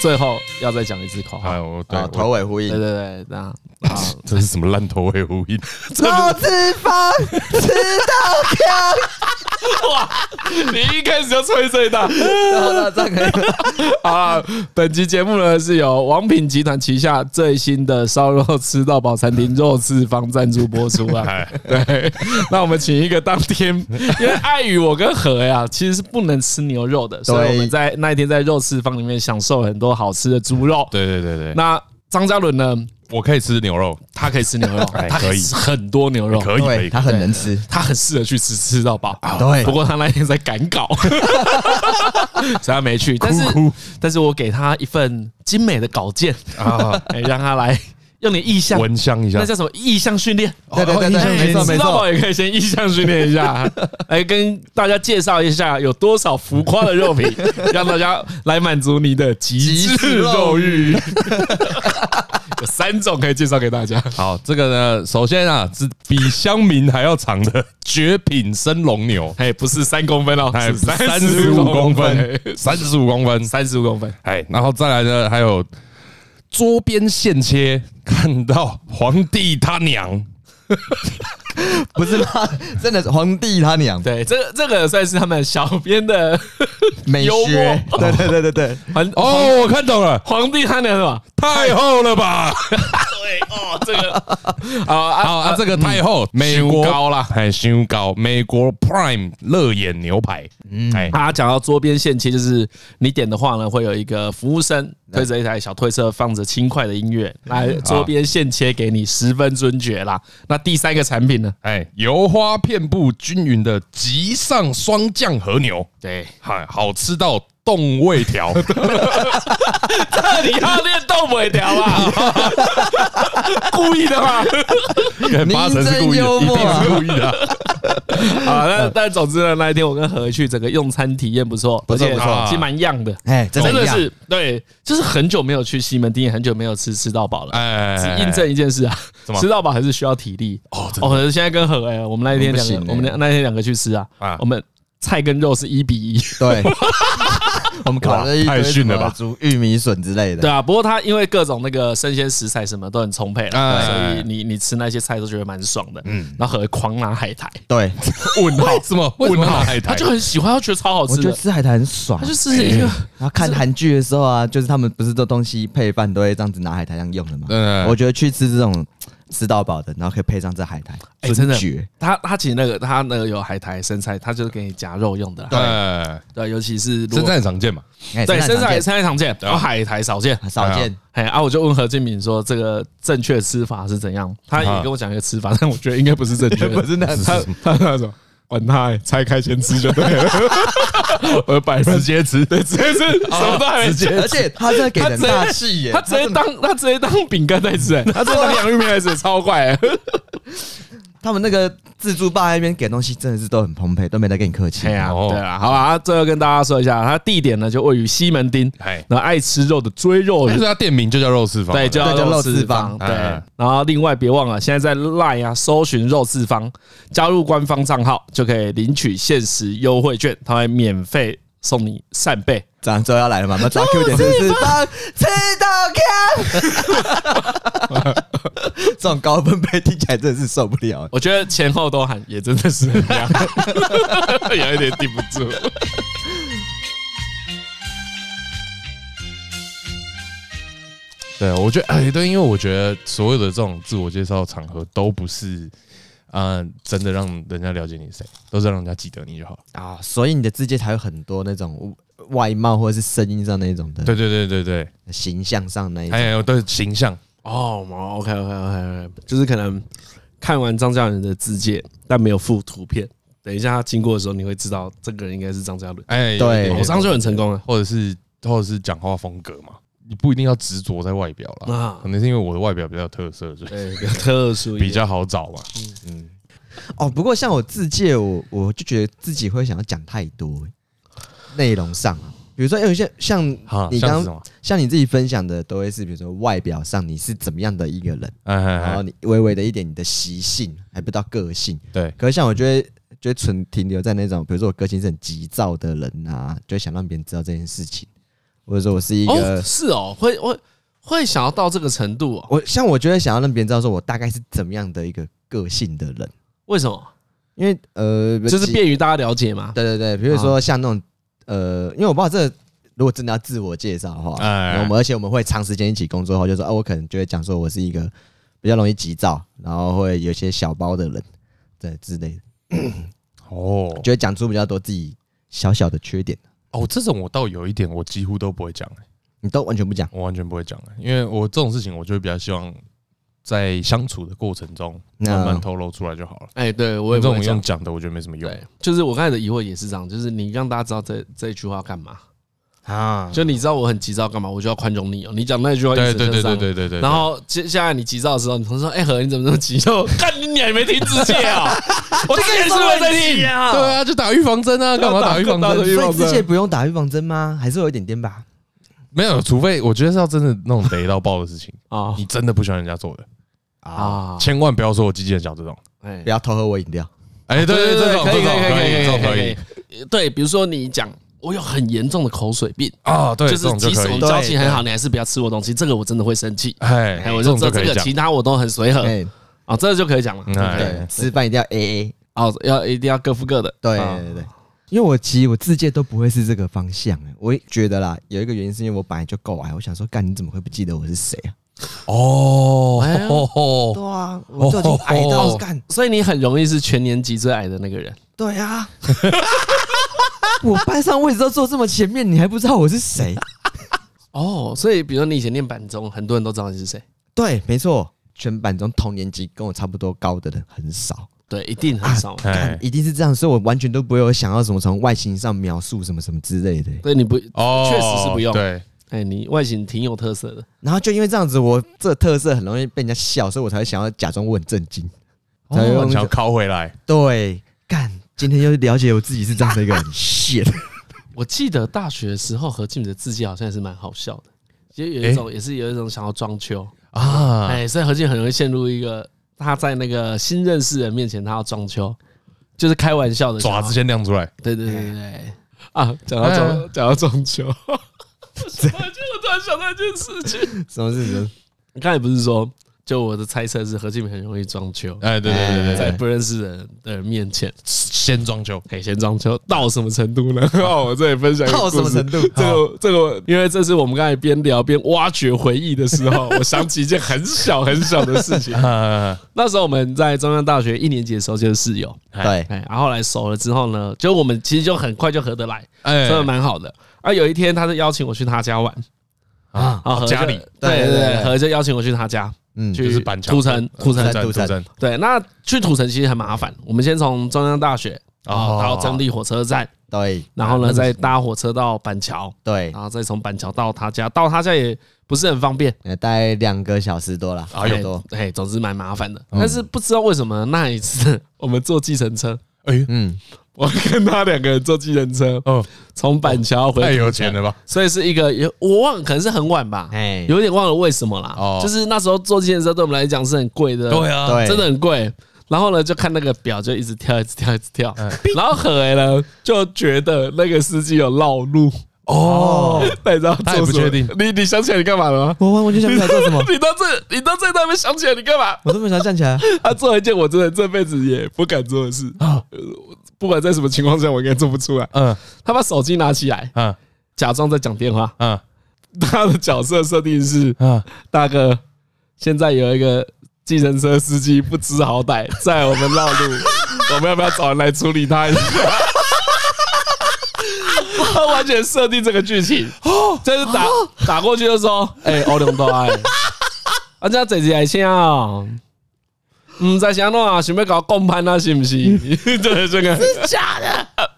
最后要再讲一次口哎，号。我对啊，，头尾呼对应对，对，那 好， 这是什么烂头尾呼应？抽脂肪， 吃到跳。你一开始就吹最 大。然后呢，这样可以。啊，本期节目呢是由王品集团旗下最新的烧肉吃到饱餐厅肉翅坊赞助播出 哎啊。对，那我们请一个当天， 因为碍于我跟何呀、其实是不能吃牛肉的，所以我们在那一天在肉翅坊里面享受了很多好吃的猪肉。对 对对对，那张嘉伦呢，我可以吃牛肉，他可以吃牛肉，哎他可以吃很多牛肉，可以可对，以，他很能吃。他很适合去吃吃到饱。对不过他那天在赶稿，所以他没去。但是哭但是我给他一份精美的稿件，啊，哎，让他来用你意向，闻香一下那，叫什么意向训练？对对对对哎没错没知道错吧也可以先意向训练一下，来跟大家介绍一下有多少浮夸的肉品，让大家来满足你的极极致致肉肉欲。有三种可以介绍给大家，好，这个呢，首先啊，是比乡民还要长的绝品生龙牛，哎，不是三公分哦，哎，是三十五公分，三十五公 分，三十五公分。哎，然后再来呢，还有桌边现切，看到皇帝他娘，不 是他，真的是皇帝他娘对，这个这个算是他们小编的 美幽默学，对对对对对，皇哦，我看懂了，皇帝他娘是吧？太后了吧？对哦，这个啊啊 好啊，这个太后，美国太高啦哎，修高，美国 Prime 乐眼牛排，哎，他讲到桌边现切，就是你点的话呢，会有一个服务生推着一台小推车，放着轻快的音乐，来桌边现切给你十分尊爵啦。那第三个产品呢？哎，油花遍布均匀的极上双酱和牛，对，嗨，好吃到动胃条， 你要练豆尾条 吧？啊故意的嘛？哎八成是故意名的，一真幽定默啊是故意的。 啊，那但总之呢，那一天我跟何去，整个用餐体验不错，不错而且不错其实蛮样的。哎，真真的的一样。是对，就是很久没有去西门町，也很久没有吃吃到饱了。只哎，印证一件事啊什，么吃到饱还是需要体力哦。哦，现在跟何哎，我们那一天不两行个，欸我们那那天两个去吃啊啊，我们菜跟肉是一比一。对， 我们烤了一哇太堆逊了吧什么猪玉米笋之类对的，啊，不过它因为各种那个生鲜食材什么都很充沛了，哎所以你你吃那些菜都觉得蛮爽的。嗯，然后何狂拿海苔，对，问号什么问号海他苔？啊就很喜欢，他觉得超好我吃觉得的。吃海苔很爽他。就是一个 然后看韩剧的时候啊，就是他们不是这东西配饭都会这样子拿海苔这样用的吗？嗯我觉得去吃这种吃到饱的，然后可以配上这海苔，哎真的绝。他他其实那个他那个有海苔生菜，他就是给你夹肉用的啦。哎，对，啊尤其是如生果菜很常见嘛，哎对生真的菜生菜很常见常见，然后海苔少见。很少 见。哎啊，我就问何敬敏说这个正确吃法是怎样，他也跟我讲一个吃法，但 我觉得应该不是正确的，不是那样子他他他说管他、欸，拆开先吃就对了， 我摆直接吃，对，直接吃，什么都还没吃，而且他这给人大气 耶，他直接真的当他直接当饼干在吃、欸，他直接当洋芋片在吃，超怪、欸，他们那个自助吧那边给的东西真的是都很澎湃，都没在跟你客气。哎呀，哦对啦，好吧，最后跟大家说一下，它地点呢就位于西门町，哎，那爱吃肉的追肉 但人是它店名就叫肉翅坊嘛，对，就对叫叫肉肉四四方。方对哎，然后另外别忘了，现在在 LINE 啊搜寻肉四方，加入官方账号就可以领取限时优惠券，它会免费送你扇贝。漳州要来了 嘛，我们抓 Q 点是不是？当吃到 看，这种高分贝听起来真的是受不了。我觉得前后都喊，也真的是很样， 有一点顶不住。对，我觉得哎，对，因为我觉得所有的这种自我介绍场合都不是，嗯，真的让人家了解你是谁，都是让人家记得你就好了。啊，所以你的字界才有很多那种外貌或者是声音上那种的对对对对形象上那一对，种。还有对形象，哦，OK OK OK，就是可能看完张嘉伦的字界，但没有附图片。等一下他经过的时候，你会知道这个人应该是张嘉伦。哎，有一对点我哦点上就很成功啊了。或者是或者是讲话风格嘛，你不一定要执着在外表啦嗯啊，可能是因为我的外表比较有特色，所以对，比较特殊一哦点，比较好找嘛。嗯，哦，不过像我自介，我我就觉得自己会想要讲太多内容上啊，比如说有一些像好，你像是刚什么？像你自己分享的，都会是比如说外表上你是怎么样的一个人，哎哎然后哎，你微微的一点你的习性，还不到个性。对，可是像我觉得，就会存停留在那种，比如说我个性是很急躁的人啊，就会想让别人知道这件事情。或者说我是一个、哦，是哦，会会会想要到这个程度哦？我像我觉得想要让别人知道说我大概是怎么样的一个个性的人，为什么？因为呃，就是啊几便于大家了解嘛。对对对，比如说像那种呃，因为我不知道这个如果真的要自我介绍的话，哎然后我们而且我们会长时间一起工作后，就说哦，我可能就会讲说我是一个比较容易急躁，然后会有一些小包的人，对之类的，哦就会讲出比较多自己小小的缺点，哦，这种我倒有一点，我几乎都不会讲、欸你都完全不讲。我完全不会讲、欸因为我这种事情，我就会比较希望在相处的过程中那慢慢透露出来就好了。哎，对我我也这不种会用讲。讲的，我觉得没什么用。对，就是我刚才的疑惑也是这样，就是你让大家知道这这一句话干嘛？啊，就你知道我很急躁干嘛，我就要宽容你哦。你讲那句话，对对对对。对对对。然后接下来你急躁的时候，你同事说：“哎，何，你怎么那么急 躁？干你娘，你没听自己 啊？我这个也是没有在听对啊，就打预防针啊，干嘛打预防打针打？所以之前不用打预防针吗？还是会有一点点吧。没有，除非我觉得是要真的那种雷到爆的事情，啊你真的不喜欢人家做的，啊，啊！千万不要说我鸡鸡很小这种。哎不，要偷喝我饮 料。哎，对对，这种可这以可种以可以这种可可以以可以。对，比如说你讲我有很严重的口水病，啊，对，就这是种就即使可我以们。交情很好，你还是不要吃我东西，这个我真的会生气。哎，哎，我就这种知道就可这以个，讲其。他我都很随和哎，啊，这个就可以讲了。哎对，吃饭一定要 A A。哦，要一定要各付各的。对啊对对，因为我其实我自介都不会是这个方向、欸，我觉得啦，有一个原因是因为我本来就够矮，我想说，干你怎么会不记得我是谁啊？哎呀哦，对啊，我就已经矮到哦干，所以你很容易是全年级最矮的那个人。对啊， 我班上位置都坐这么前面，你还不知道我是谁？哦，所以比如说你以前念板中，很多人都知道你是谁，对，没错，全班中同年级跟我差不多高的人很少，对，一定很少嘛。哎干，一定是这样，所以我完全都不会有想要什么从外形上描述什么什么之类的、欸对，你不，哦，确实是不用对，哎，你外形挺有特色的。然后就因为这样子，我这特色很容易被人家笑，所以我才会想要假装我很震惊，哦才会用想要拷回来。对，干，今天又了解我自己是这样的 一个人 shit。我记得大学的时候，何静的字迹好像也是蛮好笑的，其实有一哎种，也是有一种想要装秋。啊，哎，所以何静很容易陷入一个他在那个新认识人面前，他要装秋，就是开玩笑的想要爪子。先亮出来。对对对对对。啊，讲到哎中，讲到中 秋，我突然间我突然想到一件事情，什么事 情？你刚才不是说，就我的猜测是何敬明很容易装秋，哎，对对对对在对，不认识的人的人面前，先装修。嘿，先装秋到什么程度呢？ 哦，我这里分享一个到什么故事程度？这个这个，因为这是我们刚才边聊边挖掘回忆的时候，我想起一件很小很小的事 情。啊，那时候我们在中央大学一年级的时候就是室友，对，哎，然后后来熟了之后呢，就我们其实就很快就合得来，哎真的蛮好的。啊，有一天他就邀请我去他家玩，啊啊，何就家里对对对对对，对何就邀请我去他家，嗯，去就是板桥土城，土城土土城城对，那去土城其实很麻烦。我们先从中央大学啊哦到中立火车站，对然后呢再搭火车到板桥，对哎然，后再从板桥到他家。到他家也不是很方便，呃大概两个小时多了，差哎不呦多。哎，总之蛮麻烦的。嗯但是不知道为什么那一次我们坐计程车，哎嗯，我跟他两个人坐计程车哦，从板桥回，太有钱，了吧？所以是一个有我忘了，可能是很晚吧，哎，有点忘了为什么啦哦。就是那时候坐计程车对我们来讲是很贵的，啊对真的很贵。然后呢，就看那个表，就一直跳，一直跳，一直跳嗯。然后何为呢，就觉得那个司机有绕路，哦，那你知道他他也做不什么确定你你想起来你干嘛了吗？我完完全想不起来做什么 ，你到这，你到这都没想起来你干嘛？我都没想站起来。他做了一件我真的这辈子也不敢做的事，啊不管在什么情况下，我应该做不出来。嗯他把手机拿起来，嗯假装在讲电 话。嗯他的角色设定是：嗯，大哥，现在有一个计程车司机不知好歹，在我们绕路，我们要不要找人来处理他一下？他完全设定这个剧情，就是打打过去就说：“哎、欧龙都爱，啊，这姐姐来请啊。”嗯，在想弄啊，想要搞共攀啊，是不是？就是这个，假的，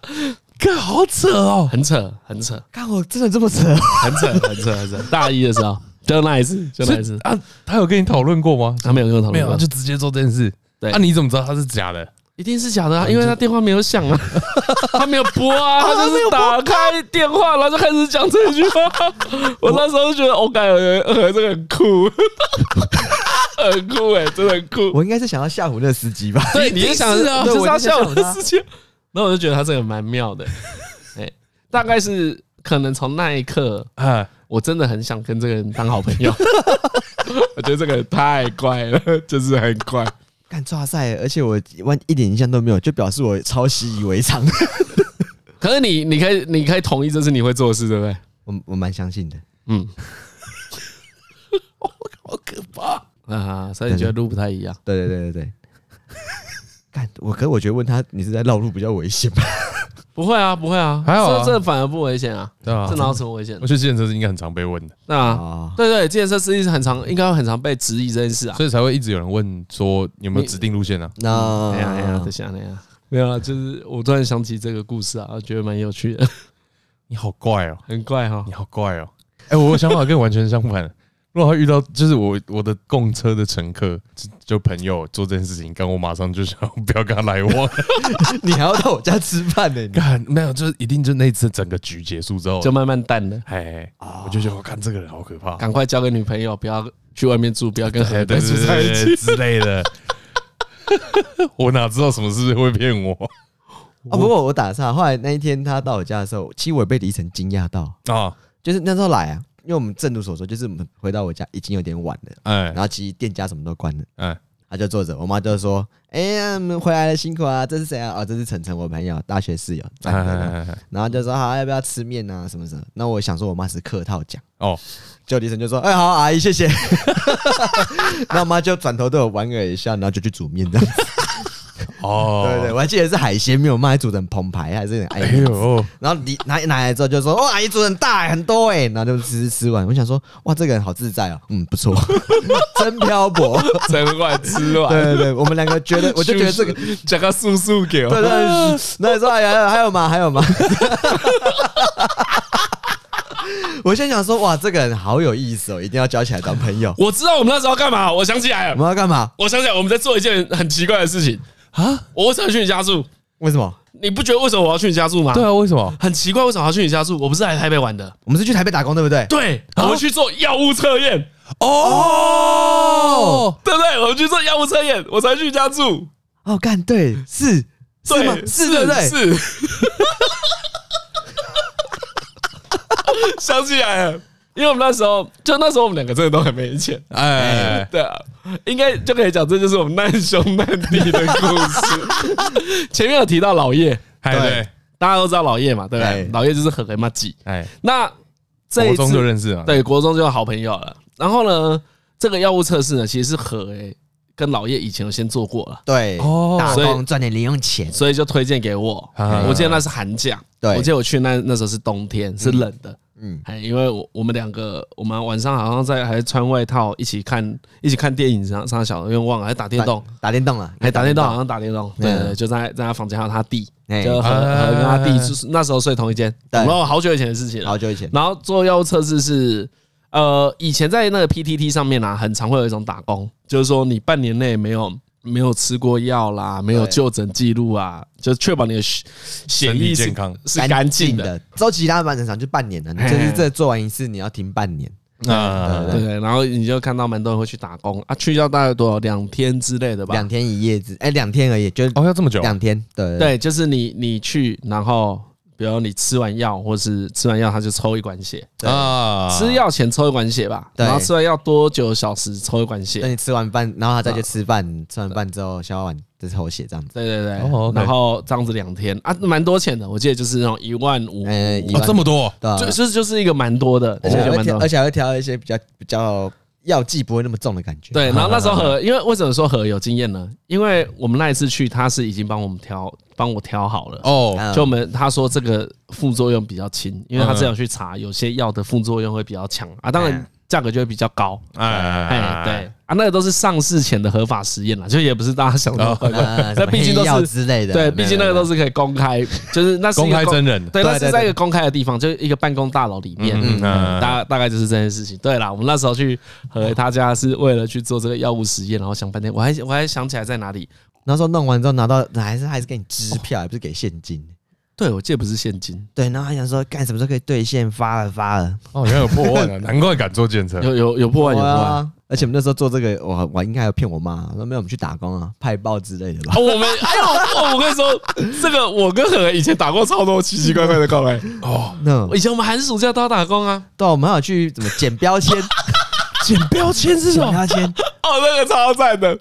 哥好扯哦。很扯，很扯，看我真的这么扯？很扯，很扯，很扯。 大一的时候，就那一次，就那一次，啊，他有跟你讨论过吗？他没有跟我讨论过，没有，啊就直接做这件事。对啊，你怎么知道他是假的？一定是假的啊，因为他电话没有响啊，他没有拨啊，他就是打开电话，然后就开始讲这句话。我那时候就觉得，我感觉呃，这个很酷，很酷哎、真的很酷。我应该是想要吓唬那个司机吧？对，你就想是啊就是对他我就是笑想我的他事情。然后我就觉得他这个蛮妙的，哎，大概是可能从那一刻，哎，我真的很想跟这个人当好朋友。我觉得这个人太怪了，就是很怪。干抓赛，而且我完一点印象都没有，就表示我超习以为常。 可是你，你可以，你可以同意这是你会做的事，对不对？我我蛮相信的，嗯，好可怕啊！所以你觉得路不太一样？对对对对对。干我，可我觉得问他你是在绕路比较危险吧？ 不会啊，不会啊，还好啊这这反而不危险啊，对啊这，哪有什么危险我？觉得这件事应该很常被问的，那、 啊、啊，对对，健身司机是很常，应该会很常被质疑这件事啊。所以才会一直有人问说有没有指定路线啊？ 那哎呀哎呀，等下等下，没有啊，就是我突然想起这个故事啊，觉得蛮有趣的， 你好怪哦，很怪哈、你好怪哦！哎，我的想法跟你完全相反。如果他遇到就是我我的公车的乘客，就就朋友做这件事情，干我马上就想不要 跟他来往。 你还要到我家吃饭呢、你 干没有，就是一定就那次整个局结束之后， 就慢慢淡了，哎，哦我就觉得我看这个人好可怕，赶快交个女朋友，不要去外面住，不要跟哎何对北住对在一对起。对之类的。 我哪知道什么事会骗我哦，不过我打岔，后来那一天他到我家的时候，其实我也被李晨惊讶到，啊？就是那时候来啊，因为我们正如所说，就是我们回到我家已经有点晚了，哎然后其实店家什么都关了，哎他就坐着，我妈就说：“哎、呀，我们回来了，辛苦啊，这是谁啊？哦，这是晨晨，我朋友，大学室友。哎 赞的啦”哎哎然后就说：“好、要不要吃面啊？什么什么？”那我想说，我妈是客套讲，哦，就李晨就说：“哎、好，阿姨，谢 谢。”那我妈就转头对我莞尔一笑，然后就去煮面这样子。哦， 对对，我还记得是海鲜面，我妈还煮成澎湃，还是很爱面哎呦，然后你拿拿来之后就说：“哇，阿姨煮得很大、欸、很多哎、然后就吃吃吃完，我想说：“哇，这个人好自在哦，嗯，不错， 真漂泊。 整碗吃完，对对对，我们两个觉得，我就觉得这个， 讲个速速 给对我，对对，那你说哎呀，还有吗？还有吗？我先想说，哇，这个人好有意思哦，一定要交起来当朋友。我知道我们那时候干嘛，我想起来我了，们要干嘛？我想起来我们在做一件很奇怪的事情啊，我为什么要去你家住？为什么？你不觉得为什么我要去你家住吗？对，啊，为什么？很奇怪，为什么要去你家住？我不是来台北玩的，我们是去台北打工，对不对？对，我们去做药物测验，哦，对不对？我们去做药物测验，我才去你家住，哦，干对是是吗？对，是对不对？是。 想起来了，因为我们那时候，就那时候我们两个真的都很没钱，哎，对啊，应该就可以讲，这就是我们难兄难弟的故事。 前面有提到老叶，哎对，大家都知道老叶嘛，对不对对？老叶就是很黑马几。哎，那这国一中就次认识啊，对国中就好朋友了。然后呢，这个药物测试呢，其实是何诶跟老叶以前有先做过了，对，哦打所以工赚点零用钱，所以就推荐给我。啊我记得那是寒假，对我记得我去那那时候是冬天，是冷的。嗯，哎，因为我我们两个，我们晚上好像在还穿外套一起看一起看电影，上上小的愿望还打电动，打电动了，还哎打电啊动，好像打电动，对对，对就在在他房间，还有他弟，哎就和哎和跟他弟就是那时候睡同一间，对然后好久以前的事情了好。久以前，然后做药物测试是，呃，以前在那个 PTT 上面啊，很常会有一种打工，就是说你半年内没有没有吃过药啦，没有对就诊记录啊，就确保你的血血身体液是健康是干净的，。哎周期拉蛮长，就半年了，啊你就是这做完一次，你要停半年。啊，对对，然后你就看到蛮多人会去打工啊，去到大概多少两天之类的吧两。天一夜之，哎、两天而已，就哦，要这么久？两天，对对，就是你你去，然后比如你吃完药，或是吃完药他就抽一管血，对啊，吃药前抽一管血吧，对然后吃完药多久小时抽一管血等，你吃完饭，然后他再去吃饭，吃完饭之后消化完再抽血这样子，对对对，哦，OK 然后这样子两天啊，蛮多钱的，我记得就是那种一万五，呃，一哦万这么多，对吧、就就是就是一个蛮多的，我而且觉得还会蛮挑，多而。且还会挑一些比较比较药剂不会那么重的感觉。对，然后那啊时候何，因为为什么说何有经验呢？因为我们那一次去，他是已经帮我们挑，帮我挑好了。哦，嗯就我们他说这个副作用比较轻，因为他这样去查，有些药的副作用会比较强啊，当然嗯价格就会比较高。哎哎哎，对，啊，那个都是上市前的合法实验啦，就也不是大家想的 哦会不会。呃，那毕竟都是什么黑药之类的，对，毕竟那个都是是可以公开，就是那是一公个开真人，啊对，对那是对在一对个公开的地方，就是一个办公大楼里面，嗯嗯嗯大大概就是这件事情。对啦，我们那时候去和他家是为了去做这个药物实验，然后想半天，我还我还想起来在哪里。那时候弄完之后拿到，还是还是给你支票，也不是给现金。对，我记得不是现金，对，然后还想说干什么时候可以兑现，发了发了。哦，原来有破万啊，难怪敢做检测。有有有破万有破万，啊，而且我们那时候做这个，我我应该还有骗我妈，说没有我们去打哦工啊，派报之类的吧。我们哎呦，我跟你说，这个我跟何以前打过超多奇奇怪怪的工哎。哦，那以前我们寒暑假都要打工啊。对啊，我们还有去怎么剪标签， 剪标签是什剪么？标签，哦，那个超赞的。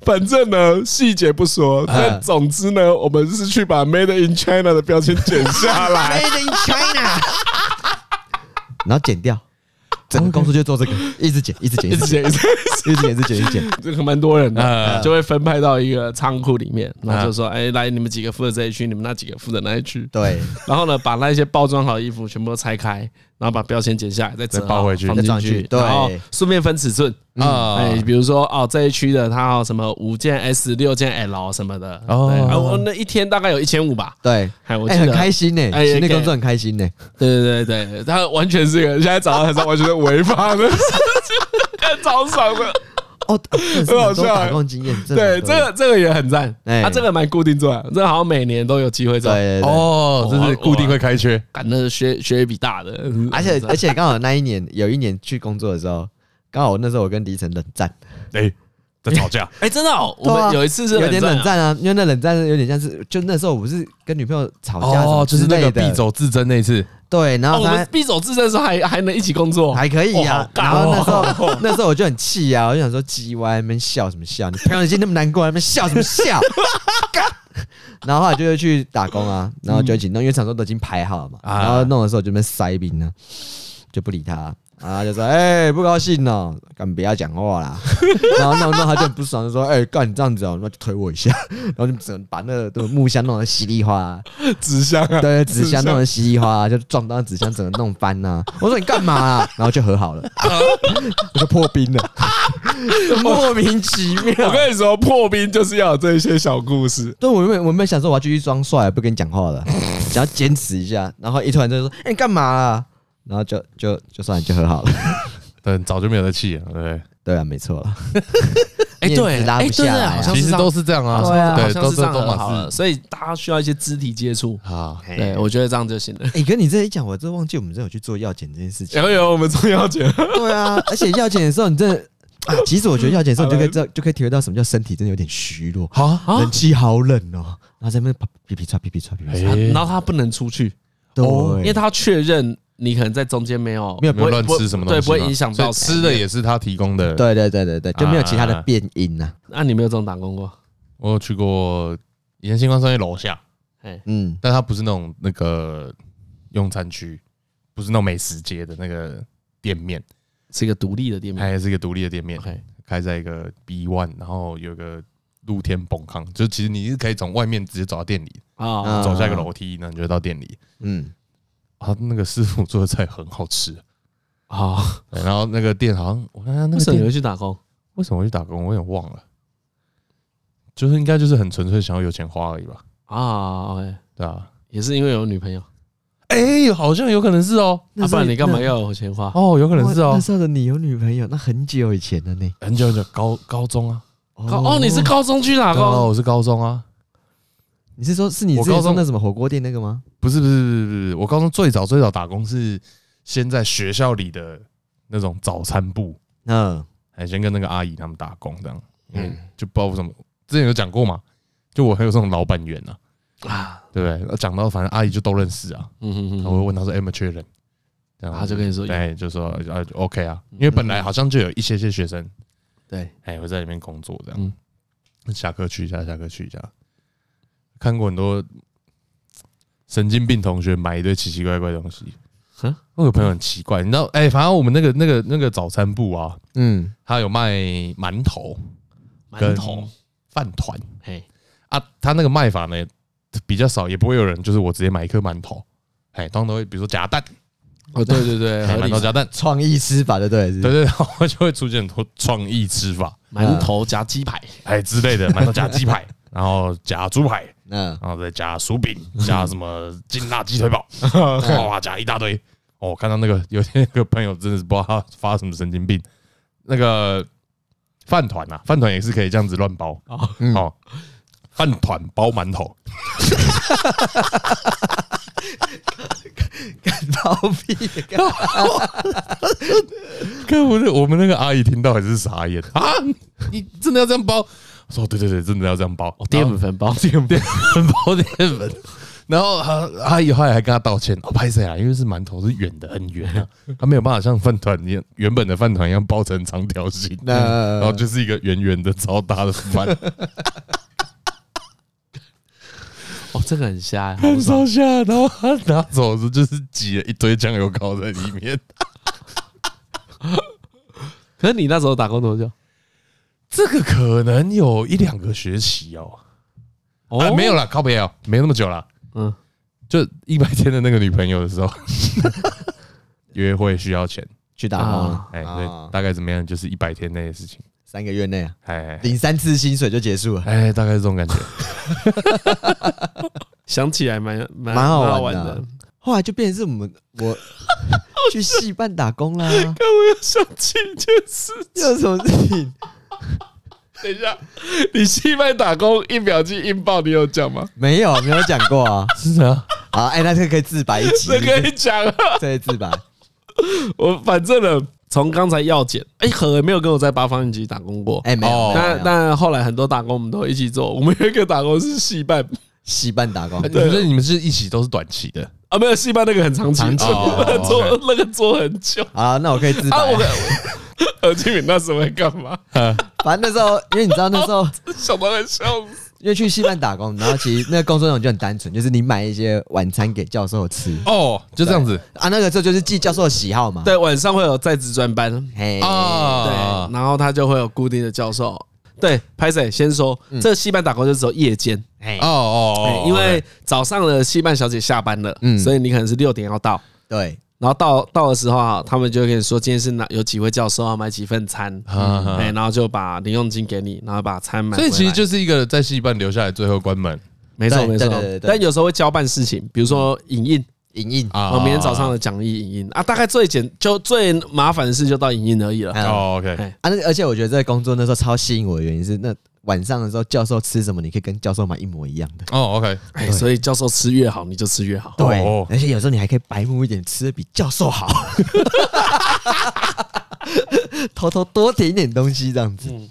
反正呢，细节不说，但总之呢，我们是去把 “Made in China” 的标签剪下来。 Made in China，然后剪掉，整个公司就做这个，一直剪，一直 剪，一一直直剪，剪，一直剪一直剪，一直剪，一直剪。这个蛮多人的，嗯就会分派到一个仓库里面，然后就说：“哎，来，你们几个负责这一区，你们那几个负责那一区。”对，然后呢，把那些包装好的衣服全部都拆开，然后把标签剪下来，再折好再包回去放再进装去去，对嗯然后顺便分尺寸。啊哎，比如说哦，这一区的它有什么五件 S、六件 L 什么的，哦对啊我那一天大概有一千五吧，对，哎，我记哎，很得，开心呢，哎给那工作很开心呢。对对对对，他完全是一个现在找到他是完全是违法 的，超爽的，哦，真的是很好很多笑打哎工经验，真的对，很这多个这个也很赞，哎他这个蛮固定做的，这个好像每年都有机会做，对对对，哦，这是固定会开缺，感那学学一笔大的，嗯而且而且刚好那一年有一年去工作的时候，刚好那时候我跟李晨冷战，哎，在吵架，哎，真的哦，我对啊们有一次是有点啊冷战啊，因为那冷战有点像是就那时候我是跟女朋友吵架什么哦，就是那个之类的必走自珍那一次，对，然哦，后我们他必走自证的时候还还能一起工作，还可以哦呀好，然尬后哦那时候那时候我就很气啊，我就想说叽歪，那边笑什么笑？你朋友已经那么难过，那边笑什 么笑？干然后后来就去打工啊，然后就一起弄，因为常说都已经排好了嘛，啊然后弄的时候我就在那边塞冰呢，就不理他。啊然后就说：“哎、不高兴哦，干不要讲话啦。” 然后弄弄他就很不爽，就说：“哎、干你这样子哦，那就推我一下。”然后就只能把那个那个木箱弄得稀里哗啦。纸箱 啊，对，纸箱弄得稀里哗啦， 就撞到纸箱，整个弄翻呐、我说你干嘛啦？然后就和 好了，我说破冰了， 莫名其我妙。跟你说，破冰就是要有这些小故事。对，我原本我原本想说我要继续装帅，不跟你讲话了，想要坚持一下，然后一突然就说：“哎、你干嘛啦？”然后就就就算了，就和好了。嗯，早就没有在气了，对不对？对啊，没错了。哎面对子拉哎不下对对来好啊、像其实都是这样啊，对啊好对，像都是是上都很好马了，是嗯所以大家需要一些肢体接触。啊，对，我觉得这样就行了。哎、跟你这一讲，我真忘记我们真的有去做药检这件事 情。然后哎有我们中药节，对啊，而且药检的时候，你真的啊，其实我觉得药检的时候，你就可以知道，就可以体会到什么叫身体真的有点虚弱。好啊，冷气好冷哦，然后在那边皮皮唰皮皮唰皮皮唰，哎啊然后他不能出去，对，因为他要确认你可能在中间没有没有没有乱吃什么东西对，嘛，不会影响到所以吃的。也是他提供的。，对对对对对，就没有其他的变音啊呐、那你没有这种打工过？我有去过以前星光商业楼下，嗯，但它不是那种那个用餐区，不是那种美食街的那个店面，是一个独立的店它面。也是一个独立的店面， OK，开在一个 B One，然后有个露天崩康，就其实你是可以从外面直接走到店里，啊，嗯走下一个楼梯，然后你就到店里。嗯，啊，那个师傅做的菜很好 吃，好，对然后那个店好像我看他那啊为个什么你店会去打工？为什么会去打工，我有点忘了，就是应该就是很纯粹想要有钱花而已吧，啊，OK，对啊，也是因为有女朋友，哎、好像有可能是哦，啊，不然你干嘛要有钱花？哦，有可那？能是哇哦那，时候的你有女朋友，那很久以前了呢。很久很久，高高中啊，哦，你是高中去打对啊，工？我是高中啊，你是说是你我之前高中说那什么火锅店那个吗？不是不是不是不是，我高中最早最早打工是先在学校里的那种早餐部，嗯，哎，先跟那个阿姨他们打工这样，嗯嗯，就不知道为什么，之前有讲过嘛，就我很有这种老板缘啊，啊，对不对？讲到反正阿姨就都认识啊，嗯哼哼然哼后我会问他说：“哎，有没有缺人？”然他就跟你说有对，就说啊就，OK 啊，因为本来好像就有一些些学生，对，哎，会在里面工作这样嗯，下课去一下，下课去一下，看过很多神经病同学买一堆奇奇怪怪的东西哼。我有朋友很奇怪，你知道，哎，反正我们那个那个那个早餐部啊，嗯，他有卖馒头、馒头，饭团嘿，啊，他那个卖法呢比较少，也不会有人就是我直接买一颗馒头，哎，通常都会比如说夹蛋，哦，对对对，哎合馒理嗯头夹蛋，创意吃法的对不对对，对，然 后就会出现很多创意吃法，馒头夹鸡排，哎之类的，馒头夹 鸡排，然后夹猪排，嗯， 然后再加薯饼，加什么劲辣鸡腿堡，哇，加一大堆。哦，看到那个有天那个朋友真的是不知道他发什么神经病，那个饭团啊，饭团也是可以这样子乱包哦哦，饭团包馒头，干逃避，干看我那我们那个阿姨听到还是傻眼啊！你你真的要这样包？我说对对对，真的要这样包，淀粉包，淀哦 淀粉包淀粉。然后她阿姨后来还跟他道歉，哦，拍谁啊？因为是馒头是圆的，很圆 啊，他没有办法像饭团一样原本的饭团一样包成长条形，那然哦后就是一个圆圆的超大的饭，哦，这个很瞎，好很爽烧下。然后他拿走的时候就是挤了一堆酱油膏在里面，可是你那时候打工多久？ 这个可能有一两个学期哦，哦啊，没有，啦，靠北哦，没那么久啦。嗯，就一百天的那个女朋友的时候，约会需要钱，去打工了，哎，啊对，大概怎么样？就是一百天内的事情，三个月内啊哎哎领三次薪水就结束了。哎，大概是这种感觉。想起来蛮蛮蛮好玩的玩啊后来就变成是我们 我去戏办打工啦，但我又想起一件 事，又有什么事情？等一下，你戏班打工一秒进硬爆，你有讲吗？没有没有讲过啊是啥？啊！哎，那这个可以自白一集，这可以讲啊，这可以自白。 我反正呢，从刚才药检，哎，何没有跟我在八方云集打工过。哎，没有哦，那没有没有但后来很多打工我们都一起做，我们有一个打工是戏班戏办打工哎你，觉得你们是一起都是短期的？啊，没有戏班那个很长期长期做哦 做 OK 那个做很 久好啦，那我可以自白啊。。我的 何金敏那时候在干嘛？ 反正那时候，因为你知道那时候，想到很笑死。因为去戏办打工，然后其实那个工作内容就很单纯，就是你买一些晚餐给教授吃哦，就这样子啊。那个时候就是记教授的喜好嘛。，对，晚上会有在职专班，嘿，对啊，，然后他就会有固定的教授。对，拍谁先说，这戏班打工就只有夜间，嘿哦，哦哎，因为早上的戏班小姐下班了，嗯所以你可能是六点要到。对，然后到到的时候啊，他们就会跟你说今天是哪有几位教授要买几份餐，啊哎、然后就把零用金给你，然后把餐买回来。所以其实就是一个在戏班留下来，最后关门没错对没错对对对，对但有时候会交办事情，比如说影印，莹莹，啊哦，明天早上的讲义影印啊，大概最简就最麻烦的事就到影印而已了。嗯哦，OK，哎，啊，那个而且我觉得这个工作那时候超吸引我的原因是，那晚上的时候教授吃什么，你可以跟教授买一模一样的。哦，OK，哎，所以教授吃越好，你就吃越好。对哦，而且有时候你还可以白目一点，吃的比教授好， 偷偷多点一点东西这样子。嗯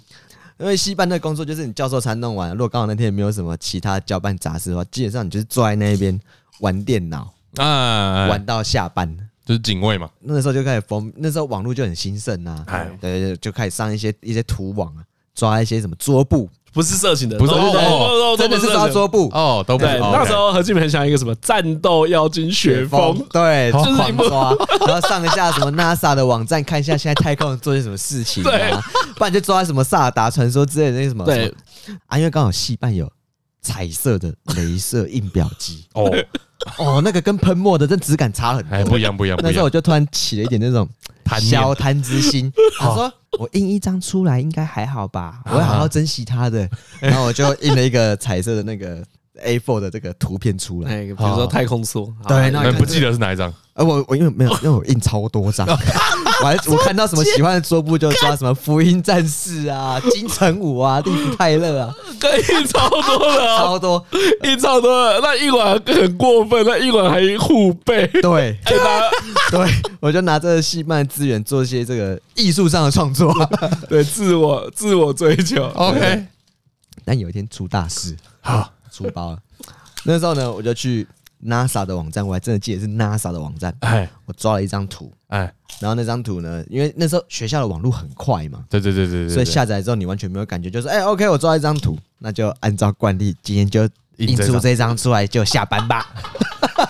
因为戏班的工作就是你教授餐弄完，如果刚好那天也没有什么其他交办杂事的话，基本上你就是坐在那边玩电脑，啊，玩到下班。就是警卫嘛，那时候就开始疯，那时候网络就很兴盛啊，哎对，对就开始上一些一些图网啊，抓一些什么桌布，不是色情的，不是都哦都哦都都真的是不抓色情桌布，哦，都不对，是哦那 OK 时候何俊很想一个什么战斗妖精雪峰，对，就是狂你不抓， 然后上一下什么 NASA 的网站，看一下现在太空人做些什么事情对啊，不然就抓什么萨达传说之类的那些什么，对，啊，因为刚好戏办有彩色的镭射印表机， 哦，哦，那个跟喷墨的这质感差很哎，多。不一样，不一样，不那一时候样我，就突然起了一点那种贪念消贪 之心，我说我印一张出来应该还好吧，我会好好珍惜它 的。然后我就印了一个彩色的那个 A4 的这个图片出来，哦哎，比如说太空梭，对那哎不记得是哪一张，呃，我我因为没有，因为我印超多哦张， 我还我看到什么喜欢的桌布就抓什么福音战士啊、金城武啊、利弗泰勒啊，跟印超多了哦，超多。印超多了，那一晚很过分，那一晚还互背， 对哎拿对，我就拿这个戏漫资源做一些这个艺术上的创作， 对自我自我追求 OK，但有一天出大事，好，出包了。那时候呢，我就去 NASA 的网站，我还真的记得是 NASA 的网站，哎我抓了一张图，哎，然后那张图呢，因为那时候学校的网络很快嘛，对对对对对，哎所对以下载之后你完全没有感觉，就是哎、o k 我抓一张图，那就按照惯例，今天就印出这张出来就下班吧。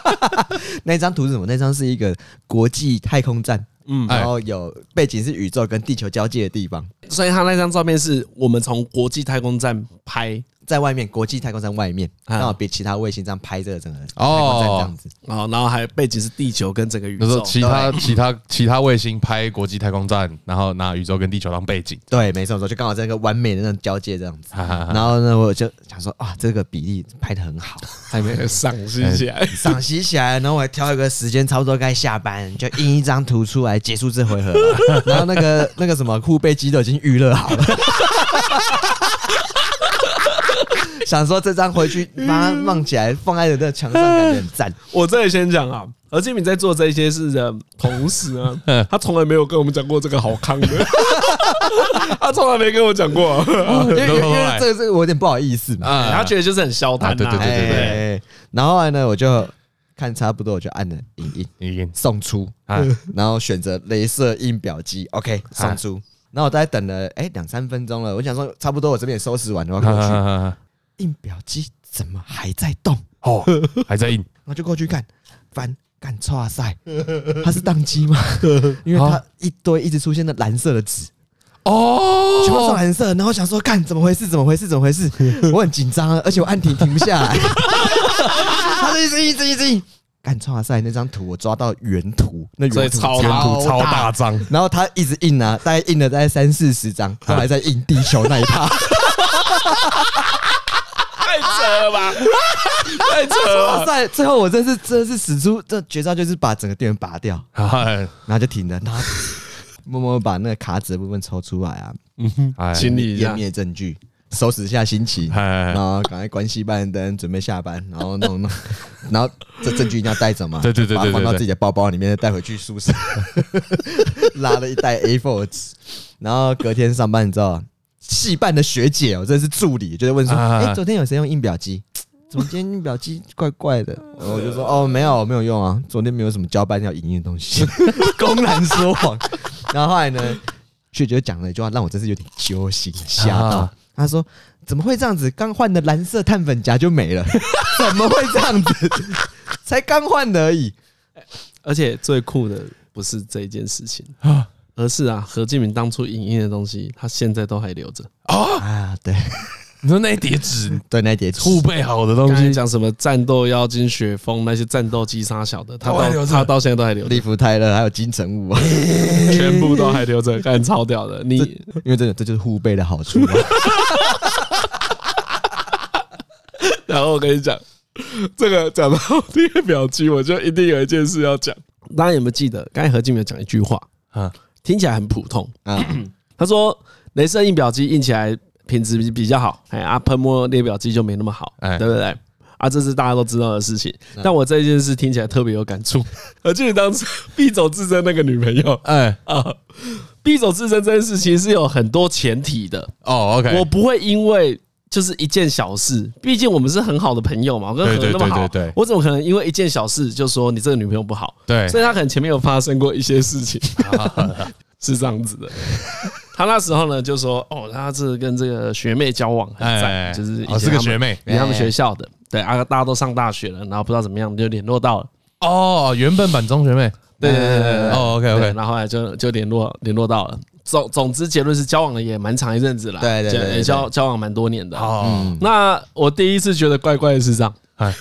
那张图是什么？那张是一个国际太空站，嗯哎然后有背景是宇宙跟地球交界的地方，所以他那张照片是我们从国际太空站拍在外面国际太空站外面，啊然后比其他卫星这样拍这个整个太空站这哦样，子。啊，然后还背景是地球跟整个宇那时候宙，其他其他其他卫星拍国际太空站，然后拿宇宙跟地球当背景，对，没错，没错，就刚好在一个完美的那种交界这样子。哈哈哈然后呢，我就想说，啊，这个比例拍的很好，还没有赏析起来。赏析起来，然后我还挑一个时间差不多该下班，就印一张图出来结束这回合吧。然后那个那个什么护背机都已经预热好了，想说这张回去把它放起来，放在那个墙上，感觉很赞。 我这里先讲啊，何志敏在做这些事的同时 啊，他从来没有跟我们讲过这个好康的， 他从来没跟我讲过、因为因为因后为来这个这个我有点不好意思嘛。 啊他觉得就是很消啊谈、对对对对对哎，然后后来呢，我就看差不多，我就按了影印已经送出，啊，然后选择镭射印表机，OK 送出。然后我大概等了哎两三分钟了，我想说差不多我这边也收拾完了，我要过啊去。印表机怎么还在动？哦， 还在印，我就过去看，翻干哇塞，它是宕机吗？ 因为啊它一堆一直出现的蓝色的纸，哦全部是蓝色，然后想说看怎么回事，怎么回事，怎么回事？我很紧张啊，而且我按停停不下来， 它就一直一直一直印。干哇塞，那张图我抓到原图，那所以原图超原大图超大大。张，然后他一直印啊，大概印了大概三四十张，后来在印地球那一 趴，太扯了吧，太扯哇了吧。塞！最后我真是真是使出这绝招，就是把整个电源拔掉，啊哎然后就停了，然后默默把那个卡纸的部分抽出来啊，嗯哎清理一湮下，灭证据，收拾一下心情，哎然，后赶快关熄办灯，准备下班，然后弄 弄，然后这证据一定要带走嘛，对对对对把它放对到对自己的包包里面，再带回去宿舍， 拉了一袋 A4 纸，然后隔天上班，你知道，戏办的学姐哦，真的是助理，就在问说，啊哎，昨天有谁用印表机？怎么今天印表机怪怪的？然后我就说哦，没有，没有用啊，昨天没有什么交办要营业的东西，公然说谎。然后后来呢，学姐就讲了一句话，让我真是有点揪心，吓到啊。她说：“怎么会这样子？刚换的蓝色碳粉夹就没了， 怎么会这样子？才刚换的 而已。而且最酷的不是这一件事情啊而是啊，何敬明当初影印的东西，他现在都还留着。”啊，对你说那一叠纸对，那一叠纸互备好的东刚才西，讲什么战斗妖精、雪峰那些战斗机杀小的，他都还到留着他到现在都还留着利，福泰勒还有金城武 啊，全部都还留着，干超屌的。你因为这这就是互备的 好处嘛。 然后我跟你讲，这个讲到第二表机，我就一定有一件事要讲。大家有没有记得，刚才何静有讲一句话，啊听起来很普通。啊， 他说，镭射印表机印起来品质比比较好，哎啊，喷墨列表机就没那么好，哎对不对？啊，这是大家都知道的事情。但我这件事听起来特别有感触。嗯 何静当初必走自身那个女朋友，哎啊，匕首自身这件事情是有很多前提的，哦，OK，我不会因为就是一件小事，毕竟我们是很好的朋友嘛，我跟对何对那么好对对对，我怎么可能因为一件小事就说你这个女朋友不好？对所以他可能前面有发生过一些事 情， 是这样子的。 他那时候呢就说，哦，他这跟这个学妹交往很哎，赞，就是以前哦是个他们学，妹以前他们学校的，对啊，大家都上大学了，然后不知道怎么样就联络到了。哦，原本版中学妹，对对对对对，哦，OK 对， OK，然后后来就就联络联络到了。总总之结论是交往了也蛮长一阵子了，对对对对对交交往蛮多年的。哦，那我第一次觉得怪怪的是这样，哎，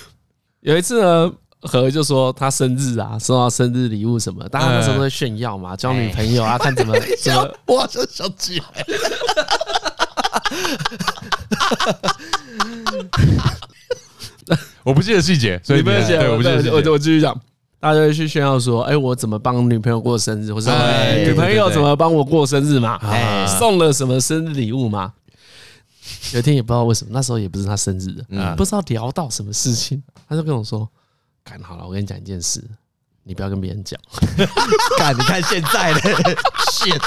有一次呢，何就说他生日啊，收到生日礼物什么，大家那时候都会炫耀嘛，交女朋哎友啊，看 怎么怎么我就想起来，我不记得细节，所以你不能写，对，我不记得细对我节我，我继续讲。大家就会去炫耀说：“哎、我怎么帮女朋友过生日，或者哎女朋友怎么帮我过生日嘛？啊哎送了什么生日礼物嘛？”有一天也不知道为什么，那时候也不是他生日的，嗯不知道聊到什么事情，他就跟我说：“干好了，我跟你讲一件事，你不要跟别人讲。看你看现在的 shit，”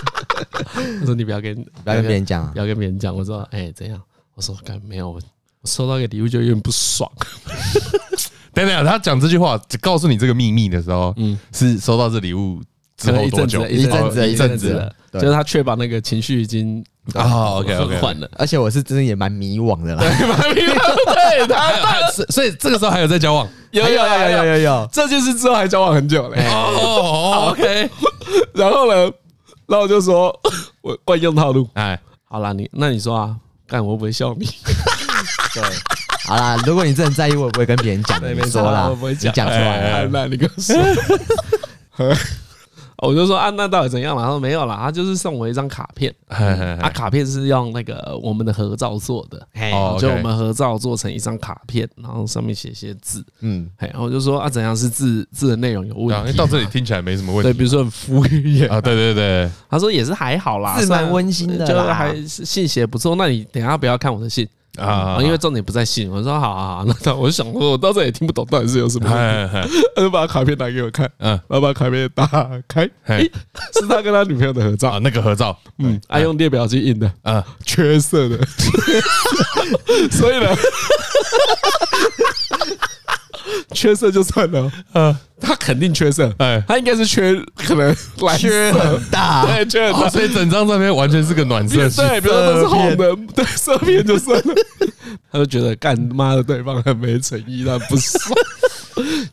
我说：“你不要跟不要跟别人讲啊不，要跟别人讲。”我说：“哎、怎样？”我说：“干没有，我我收到一个礼物就有点不爽。等等，他讲这句话，只告诉你这个秘密的时候，嗯，是收到这礼物 之可能后一多阵子久了，？一阵子了哦一一阵阵子子是了了的，对哦就是他确保那个情绪已经啊，OK，OK，OK 很缓了。而且我是真的也蛮迷惘的啦。对他啊所所以这个时候还有 在交往 有有有有有，哎 有哎有，哎这件事之后还交往很久嘞。哦，OK，然后呢，然后我就说，我惯用套路。哎，好啦，你那你说啊，干我会不会笑你？对，好啦，如果你真的在意，我也不会跟别人讲的， 对你没错说啦，我不会你讲讲出来哎啦，那你跟我说。我就说啊，那到底怎样嘛？他说没有啦，他就是送我一张卡片，嘿嘿啊，卡片是用那个我们的合照做的，嘿哦就 OK 我们合照做成一张卡片，然后上面写一些字，嗯，嘿，然后我就说啊，怎样是字字的内容有对啊问因为题？到这里听起来没什么问对，题比如说很敷衍 啊，对对对，他说也是还好啦，是蛮算温馨的就啦还是信写不错。那你等一下不要看我的信，啊啊，因为重点不在信。我说好好好，那那我就想说，我到这也听不懂到底是有什么问题。哎哎他就把卡片拿给我看，嗯然后把卡片打开，哎诶是他跟他女朋友的合啊照，那个合照， 嗯，爱用列表机印的，嗯，缺色 的，所以呢，缺色就算了，呃他肯定缺色，哎他应该是缺可 能蓝缺色，很大，对，缺很哦大。所以整张照片完全是个暖色系，哎 对，比如说都是红的，对，色片就算了。他就觉得干妈的对方很没诚意，他不 爽。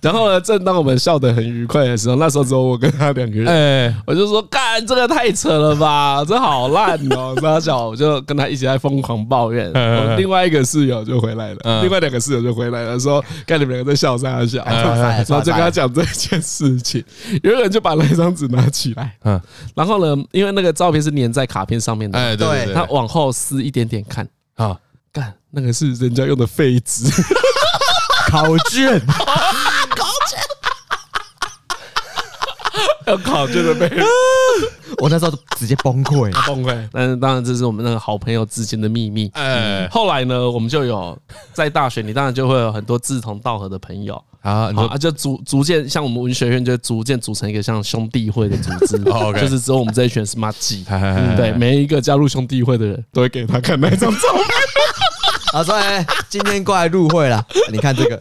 然后呢，正当我们笑得很愉快的时候，那时候只有我跟他两个人，哎，我就说干这个太扯了吧， 这好烂哦、 然后小我就跟他一起在疯狂抱怨。嗯我另外一个室友就回来了，嗯另外两个室友就回来了，说干你们两个在笑啥笑。哎出来了出然后来了就跟他讲这件事情，有一个人就把那张纸拿起来，嗯，然后呢，因为那个照片是粘在卡片上面的，哎，对对对，他往后撕一点点看，啊，干那个是人家用的废纸， 考卷，要考就的被 我那时候直接崩溃。崩溃。 但是当然，这是我们那个好朋友之间的秘密。哎，后来呢，我们就有在大学，你当然就会有很多志同道合的朋友，好，你好 说啊，就逐逐渐像我们文学院就逐渐组成一个像兄弟会的组 织哦，OK 就是只有我们这一群 smart 鸡，嗨嗨嗨嗨对，每一个加入兄弟会的人都会给他看那张照片。他说：“哎，今天过来入会了， 你看这个，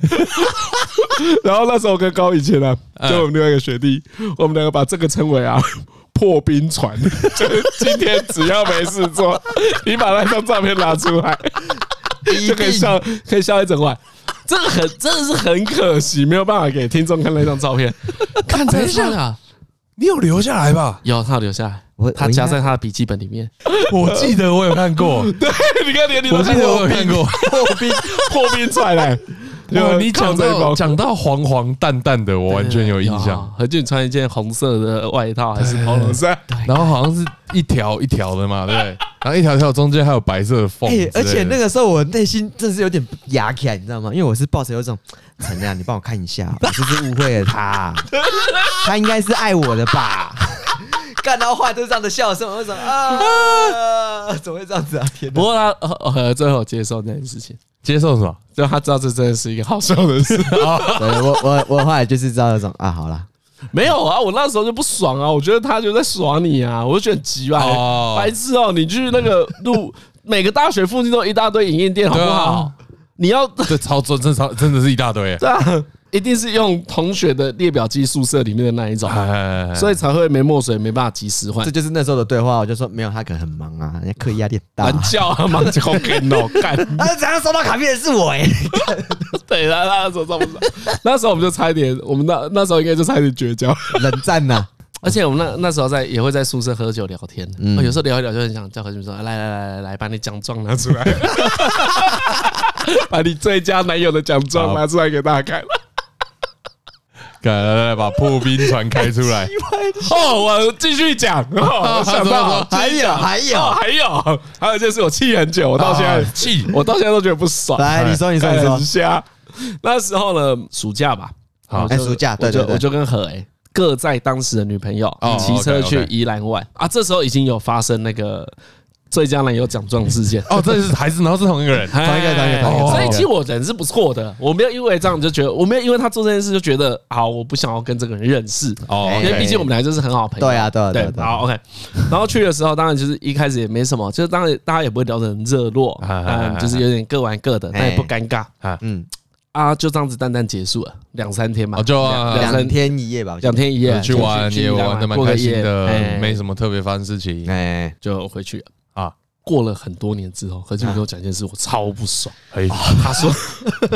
然后那时候我跟高以前啊，就我们另外一个学弟，我们两个把这个称为啊 破冰船， 就是今天只要没事做，你把那张照片拿出来，就可以笑，可以笑一整晚。这个很真的是很可惜，没有办法给听众看那张照片。看等一下，你有留下来吧？ 有他有留下来我，他我应该夹在他的笔记本里 面。我记得我有看过，对，你看连你哎我都记看得我过有看过。破 冰破冰船来，哦，你讲这到包。讲到黄黄淡淡的，我完全有印象。。何俊穿一件红色的外套还是对保冷衫？然后好像是一条一条的嘛，对不对？然后一条条中间还有白色的缝之类哎的，，而且那个时候我内心真是有点压起来，你知道吗？因为我是抱着有种陈亮，你帮我看一下， 我是不是误会了 他？他应该是爱我的吧？ 干到话都这样的笑声，我就想 啊，怎么会这样子啊？天不哪！过他呃呃最后接受那件事情，接受什么？就他知道这真的是一个好笑的事。 对我我我后来就是知道那种啊，好了，没有啊，我那时候就不爽啊，我觉得他就在耍你啊，我就觉得很急吧哦，白痴哦，你去那个路， 每个大学附近都有一大堆影印店，好不好？你要这超真真超真的是一大堆。对啊，一定是用同学的列表机宿舍里面的那一种，哎， 所以才会没墨水，没办法及时换这。就是那时候的对话。我就说没有，他可能很忙啊，人家课业压力很大。玩叫啊，忙叫给脑 干。啊，怎样收到卡片的是我哎、对，那那时候上不上？那时候我们就差一点，我们那那时候应该就差一点绝交。冷战呐、而且我们那那时候在也会在宿舍喝酒聊天，哦有时候聊一聊就很想叫何俊说：“来来来来来，把你奖状拿出来，把你最佳男友的奖状好拿出来给大家看。来来来来，把破冰船开出来。哦，我继续讲， 哦、我想到 还有还哦有，还有还有一件事，我气很久，我到现在、啊气我到现在都觉得不爽。来你说你说你干说很，瞎。那时候呢，暑假吧，好我就哎暑假对我就对对我就跟何哎各载当时的女朋友哦骑车 OK，OK 去宜兰玩啊，这时候已经有发生那个最佳男友奖状事件。哦，这是还是然后是同一个人。同一个同一个同一个所以同一个其实我人是不错的，我没有因为这样就觉得，我没有因为他做这件事就觉得，好，我不想要跟这个人认识，哦因为 OK 毕竟我们俩就是很好的朋友。对啊对啊对对啊对啊好 OK。然后去的时候，当然就是一开始也没什么，就是当然大家也不会聊得很热络，啊啊啊啊嗯，就是有点各玩各的，但也不尴尬嗯，啊，就这样子淡淡结束了，两三天嘛哦，，就两两天一夜吧，我记得两天一夜去玩也玩的蛮开心的，没么，什么特别发生事情哎，就回去了。啊。过了很多年之后，何俊给我讲一件事，我超不爽。哎可以，他说，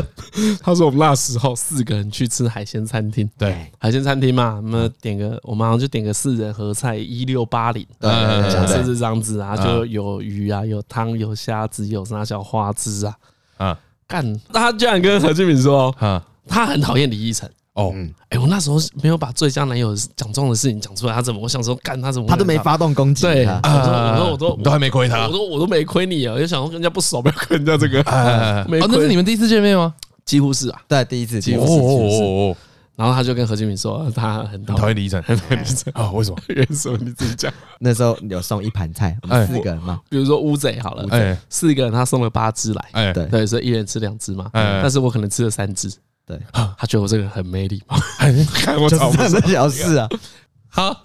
他说我们那时候四个人去吃海鲜餐厅，对，海鲜餐厅嘛，我们点个，我们好像就点个四人合菜一六八零，对对假对设对是这样子啊，嗯就有鱼啊，有汤，有虾子，有啥小花枝啊，嗯啊干，他居然跟何俊敏说，哈，他很讨厌李依晨。哦，哎、我那时候是没有把最佳男友讲中的事情讲出来，他怎么？我想说，干他怎么会他都没知道？发动攻击，啊对，他我说我说我你都都还没亏他我，都我都没亏你啊，我就想说跟人家不熟，不要跟人家这个，哎，哦，那是你们第一次见面吗？ 哦几乎是啊，对，第一次，几乎哦哦哦，然后他就跟何俊明说他很讨讨厌厌李依晨，很讨厌李依晨啊？为什么？人，什么你自己讲。那时候有送一盘菜，我哎们四个人嘛， 比如说乌贼好了，哎四个人他送了八只来， 哎，对对，所以一人吃两只嘛。哎但是我可能吃了三只， 对，他觉得我这个人很没礼 貌。看我就是操！这样的小事啊。好，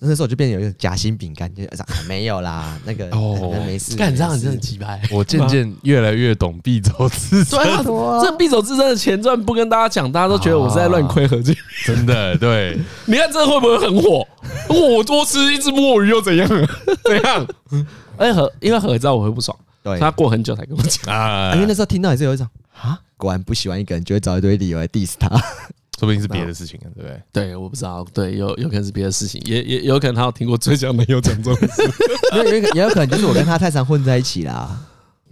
那时候我就变得有点夹心饼干，就是啊没有啦，那个哦那没事。干，你这样很真的没很事鸡掰。 我渐渐越来越懂必走之对啊，这匕首自身的前传不跟大家讲，大家都觉得我是在乱亏合金。真的 对，你看这会不会很火？我多吃一只墨鱼又怎样？ 怎样？而且何因为何知道我会不爽，对他过很久才跟我讲。啊啊因为，那时候听到也是有一种啊，果然不喜欢一个人就会找一堆理由来 diss 他。说不定是别的事情啊，对不对？ 对，我不知道，对，有有可能是别的事情，也也有可能他有听过最强男友讲这种事， 没有，有一个也有可能就是我跟他太常混在一起啦。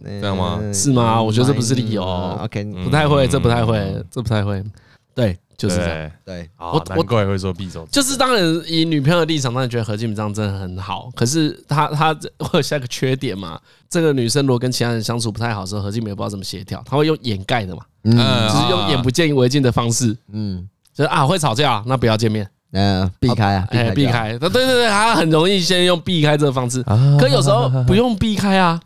嗯这样吗是吗我觉得这不是理嗯由 OK， 不太会，这不太会，这不太会。嗯对，就是这样。对。对，啊我难怪会说必走之，就是当然，以女朋友的立场，当然觉得何敬章真的很好。可是她 她会有下一个缺点嘛？这个女生如果跟其他人相处不太好的时候，何敬明也不知道怎么协调，她会用掩盖的嘛，嗯就是啊用眼不见为净的方式，嗯，就是啊会吵架，那不要见面，那避开啊，哎避避就好。开。对对对，她很容易先用避开这个方式，啊可有时候不用避开啊，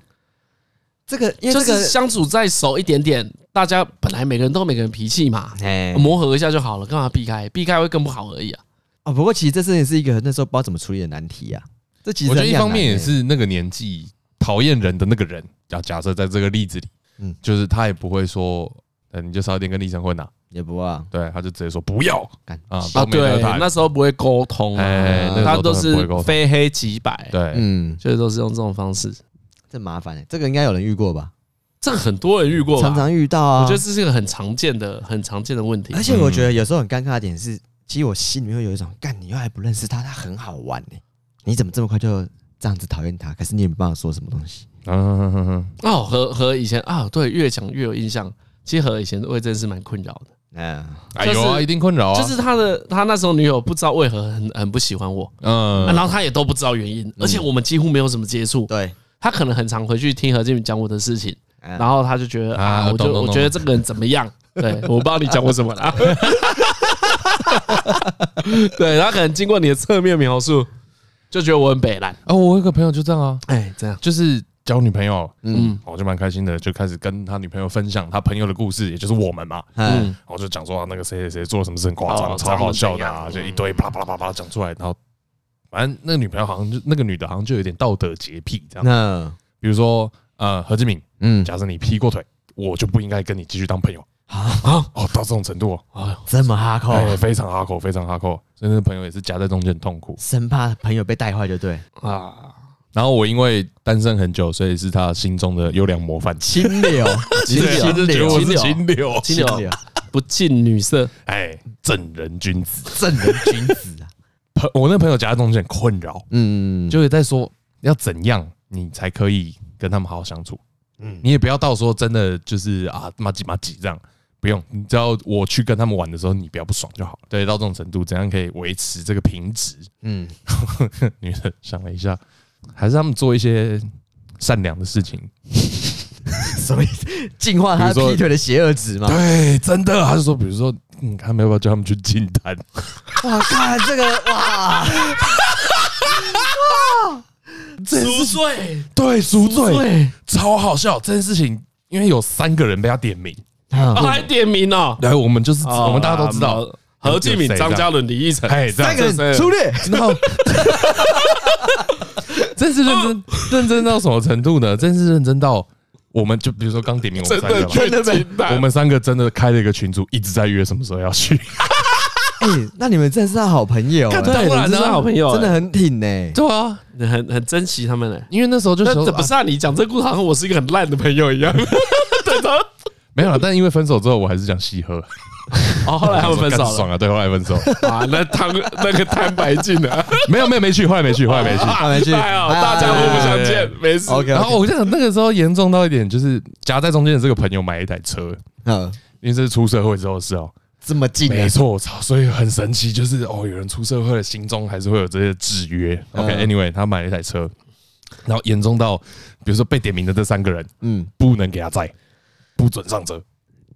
这个，因为就这是个，相处再熟一点点，大家本来每个人都有每个人脾气嘛，哎，磨合一下就好了，干嘛避开？避开会更不好而已啊。哦，不过其实这真的是一个那时候不知道怎么处理的难题啊。这其实我觉得很一两方面难也欸，是那个年纪讨厌人的那个人，假假设在这个例子里，嗯嗯，就是他也不会说，呃，你就少一点跟立成混啊，也不啊，对，他就直接说不要干啊，啊，都没得对，谈那时候不会沟通哎啊那个，时他候都真的不会是沟通非黑即白，对，嗯，就是都是用这种方式。这麻烦欸，这个应该有人遇过吧？这个很多人遇过吧，常常遇到啊。我觉得这是一个很常见的、很常见的问题哎而。且我觉得有时候很尴尬的点是，其实我心里面会有一种，干你又还不认识他，他很好玩呢、你怎么这么快就这样子讨厌他？可是你也没办法说什么东西。嗯哼哼哼哦，和和以前啊，对，越讲越有印象。其实和以前为这件事蛮困扰的，嗯，哎就是有啊，一定困扰啊，就是他的他那时候女友不知道为何很很不喜欢我、啊嗯，然后他也都不知道原因，而且我们几乎没有什么接触。对，他可能很常回去听何建宇讲我的事情，嗯然后他就觉得啊啊，我懂就懂我懂觉得这个人怎么 样？对，我不知道你讲我什么啦。 对，他可能经过你的侧面描述，就觉得我很北蓝。啊，我有一个朋友就这样啊，哎，这样，就是交女朋友，嗯我就蛮开心的，就开始跟他女朋友分享他朋友的故事，也就是我们嘛，嗯，然后就讲说、啊、那个谁谁谁做了什么事很夸张，哦超好笑的、他啊，们就怎样一堆啪啦啪啦啪啦讲出来，然后反正那个女朋友好像就那个女的好像就有点道德洁癖这样，那比如说呃何志敏，嗯，假设你劈过腿，我就不应该跟你继续当朋友啊，啊，哦，到这种程度哦，这么哈扣，哎，非常哈口，非常哈口，所以那个朋友也是夹在中间很痛苦。生怕朋友被带坏就对，啊，然后我因为单身很久，所以是他心中的优良模范，清流，清啊流对就觉得我是清流，金牛，不近女色，哎，正人君子。正人君子啊，朋我那朋友夹在中间很困扰，嗯，就是在说要怎样你才可以跟他们好好相处。嗯嗯，你也不要到说真的就是啊妈几妈几这样，不用，你只要我去跟他们玩的时候，你不要不爽就好了。对，到这种程度，怎样可以维持这个平值？嗯， 女的想了一下，还是他们做一些善良的事情。所以净化比他如说劈腿的邪恶值嘛。对，真的，他就说，比如说，嗯，他们要不要叫他们去进摊？哇，看这个哇，赎罪，对，赎赎罪，罪，超好笑这件事情，因为有三个人被他点名，啊还点名哦，来，我们就是我们大家都知啊道，，何敬敏、哦有谁这张样嘉伦、李奕晨，哎，这样三个这人是出列，然后， 真是认 真，认真到什么程度呢？真是认真到，我们就比如说刚点名我们真三个的嘛，去金蛋我们三个真的开了一个群组，一直在约什么时候要 去。哎，那你们真是好朋友欸，当然啊你们真是好朋友欸真的很挺呢。对啊，很很珍惜他们呢。因为那时候就那想怎说么啊是啊？你讲这故事好像我是一个很烂的朋友 一样。对的，没有了，但因为分手之后，我还是想细喝。哦，后来他们分手干了爽啊！对，后来分手，啊，那摊那个摊白净了，没有没有没去，后来没去，后 来没去。啊没去哎呦哎大家互不相见，没事。 OK，然后我就想，那个时候严重到一点，就是夹在中间的这个朋友买了一台车，嗯，因为这是出社会之后的事哦、这么近没的，错，我操！所以很神奇，就是哦，有人出社会了，心中还是会有这些制约。嗯 OK，Anyway，、他买了一台车，然后严重到，比如说被点名的这三个人嗯，不能给他载，不准上车，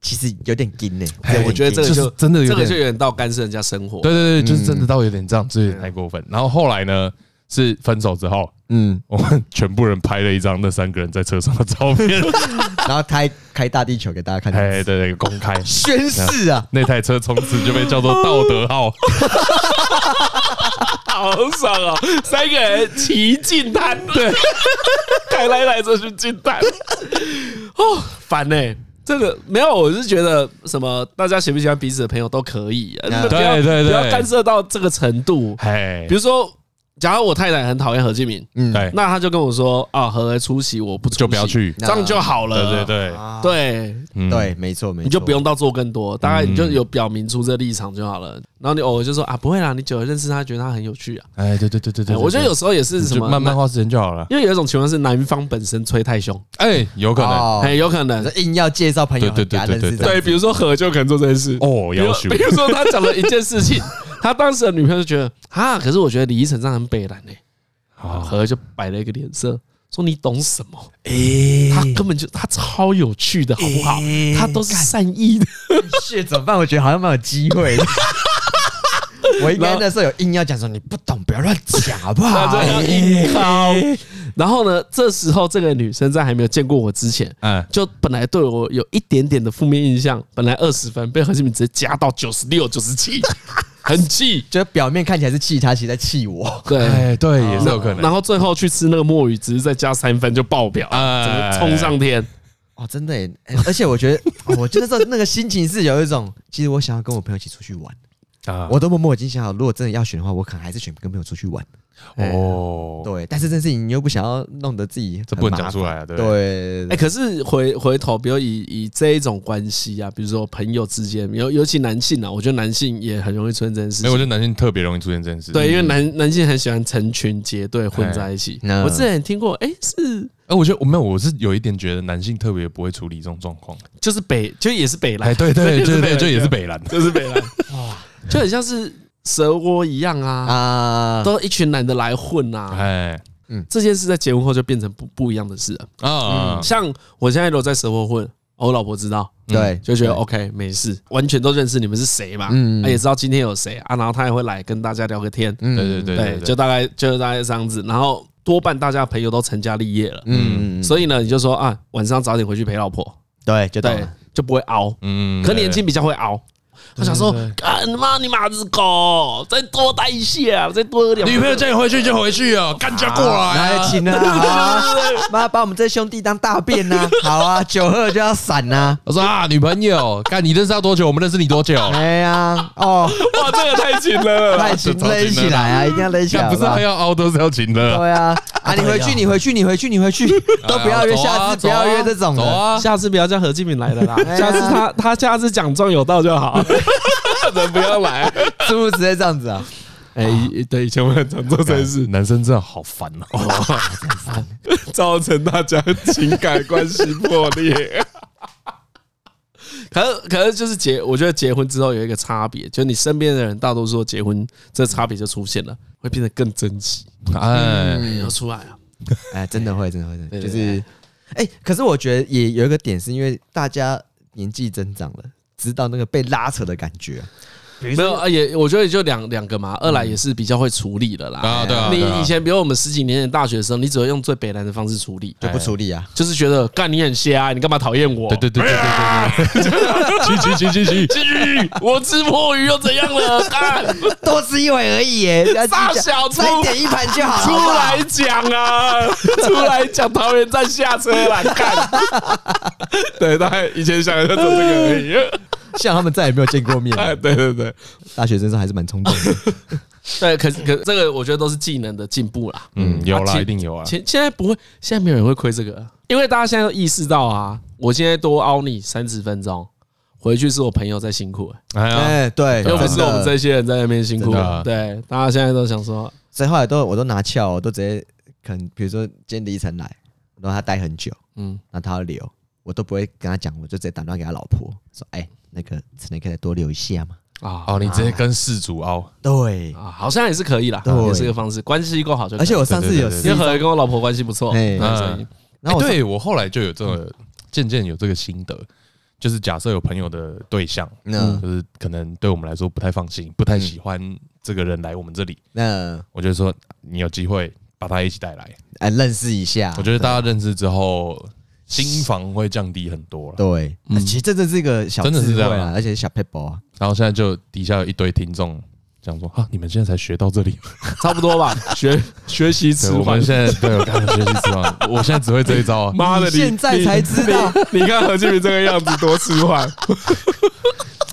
其实有点劲呢、哎有点我觉得这劲个就是就真的有这个点就有点到干涉人家生活。对对对，就是真的到有点这样，这有点太过分。嗯然后后来呢，是分手之后，嗯，我们全部人拍了一张那三个人在车上的照 片，然后开开大地球给大家看，哎，对对，公开。宣誓啊，那台车从此就被叫做道德 号，好爽哦！三个人齐进滩，对， 开来来这去进滩，哦，烦呢、这个没有，我是觉得什么，大家喜不喜欢彼此的朋友都可以，啊嗯不要对对对不要干涉到这个程度。哎比，如说，假如我太太很讨厌何敬明，嗯，对， 那她就跟我说啊，何来出席我不出席就不要，去，这样就好了。对对对，啊对，嗯，对，没错没错，哦你就不用到做更多，大概你就有表明出这立场就好了。然后你偶尔就说啊，不会啦，你久了认识他，觉得他很有趣啊。哎，对对对对对，我觉得有时候也是什就么慢慢花时间就好了，因为有一种情况是男方本身吹太凶，哎，有可能哦哎，有可能这硬要介绍朋友，对对对对对对对，比如说何就可能做这件事，哦，比要如求比如说他讲了一件事 情，他当时的女朋友就觉得啊，可是我觉得李依晨这样很北蓝哎，好，何就摆了一个脸色。说你懂什么？哎他根本就他超有趣的，好不好？他都是善意的。是怎么办？我觉得好像蛮有机 会的。我应该那时候有硬要讲说你不懂，不要乱讲，好不那好？这样硬哎然后呢，这时候这个女生在还没有见过我之前，嗯，就本来对我有一点点的负面印象，本来二十分，被何志明直接加到九十六、九十七，很 气。就表面看起来是气他，其实在气我。对，哎，对，也是有可然能，后最后去吃那个墨鱼，只是再加三分就爆表，哎整个冲上天。哦，真的耶！哎 而且我觉得，哦我觉得这那个心情是有一种，其实我想要跟我朋友一起出去玩，啊我都默默已经想好，如果真的要选的话，我可能还是选跟朋友出去玩。哦，对，但是这件事情你又不想要弄得自己这很不能麻讲出来啊，对不对烦。对，哎，对可是回回头，比如以以这一种关系啊，比如说朋友之间，尤尤其男性啊，我觉得男性也很容易出现这件事没有，我情。觉得男性特别容易出现这件事。对，因为男男性很喜欢成群结队混在一起。哎我之前听过，哎，是哎，我觉得我没有，我是有一点觉得男性特别不会处理这种状况。就是北，就也是北哎，来，对对就是对北对，兰就也是北兰。就是北来，就很像是蛇窝一样啊，啊，都一群男的来混啊。 哎这件事在结婚后就变成不不一样的事了。啊，像我现在都在蛇窝混，哦我老婆知道，嗯对，就觉得哦 OK 没事，完全都认识你们是谁嘛，嗯嗯，也知道今天有谁啊，然后他也会来跟大家聊个天，嗯对对对对，就大概就大概这样子，然后多半大家朋友都成家立业了，嗯，所以呢，你就说啊，晚上早点回去陪老婆，对，就懂对了。，就不会熬，嗯可年轻比较会熬。他想说，干妈你妈只狗，再多待一下，再多喝点。女朋友叫你回去就回去哦，干架过来来啊。请啊，好啊，妈把我们这兄弟当大便呐、好啊，酒喝就要散呐、我说啊，女朋友，看你认识他多久，我们认识你 多久？哎呀，哦，哇，这个太勤 了快请勒起来啊，一定要勒起来看好不是好还要凹都是要请 的，对啊，啊，你回去，你回去，你回去，你回去，都不要约，走啊下次不要约这种走的。啊。 下次不要叫何敬敏来 了啦，哎呀下次他他下次奖状有到就好， 人不要来。是不是直接这样子啊？哎，对，以前我很常做这件事，男生真的好烦哦。造成大家情感关系破裂。 可是，可是就是结，我觉得结婚之后有一个差别，就是你身边的人大多数结婚，这差别就出现了，会变得更珍惜。 嗯哎，要出来啊，哎，真的会，真的会，真的对就对是，哎，可是我觉得也有一个点，是因为大家年纪增长了，知道那个被拉扯的感觉。没有啊，也我觉得也就两两个嘛，二来也是比较会处理的啦。啊对啊，对啊你以前，比如我们十几年前大学的时候，你只会用最北南的方式处理，就不处理啊，就是觉得干你很瞎，你干嘛讨厌我？对对对对对 对对，骑骑骑骑骑，继续，我吃墨鱼又怎样了？干，多吃一碗而已耶，不要计较大小猪再点一盘就好。出来讲啊，出来讲桃园站下车来干。 对，大概以前想的就做这个而已。像他们再也没有见过面，哎，对对对，大学生时候还是蛮冲动的。对，可是可这个我觉得都是技能的进步啦。嗯，有啊啦，其一定有啊。现现在不会，现在没有人会亏这个，因为大家现在都意识到啊，我现在多凹你三十分钟。回去是我朋友在辛苦、欸哎呀，哎， 对，又不真是的我们这些人在那边辛苦真的啊。对，大家现在都想说，所以后来都我都拿翘，我都直接可能比如说今天李晨来，然后他待很久，嗯，然后他要留，我都不会跟他讲，我就直接打电话给他老婆说，哎、那个陈磊可以再多留一下嘛？啊哦，你直接跟事主凹，对，啊，好像也是可以啦，对也是个方式，关系够好就可以。而且我上次有对因为试何跟我老婆关系不错，哎对所以嗯然后我嗯对我后来就有这个，渐渐有这个心得，就是假设有朋友的对象，那就是可能对我们来说不太放心，不太喜欢这个人来我们这里，那我就说你有机会把他一起带来。哎，认识一下，我觉得大家认识之后，心防会降低很多了。对，啊其实这真的是一个小真的是智慧这样啊啊，而且是小 paper 啊，然后现在就底下有一堆听众讲说啊，你们现在才学到这里，差不多吧，学学习对迟我缓们。现在 对我刚刚学习吃饭，我现在只会这一招啊。妈的，你你现在才知道，你看何俊明这个样 子多迟缓。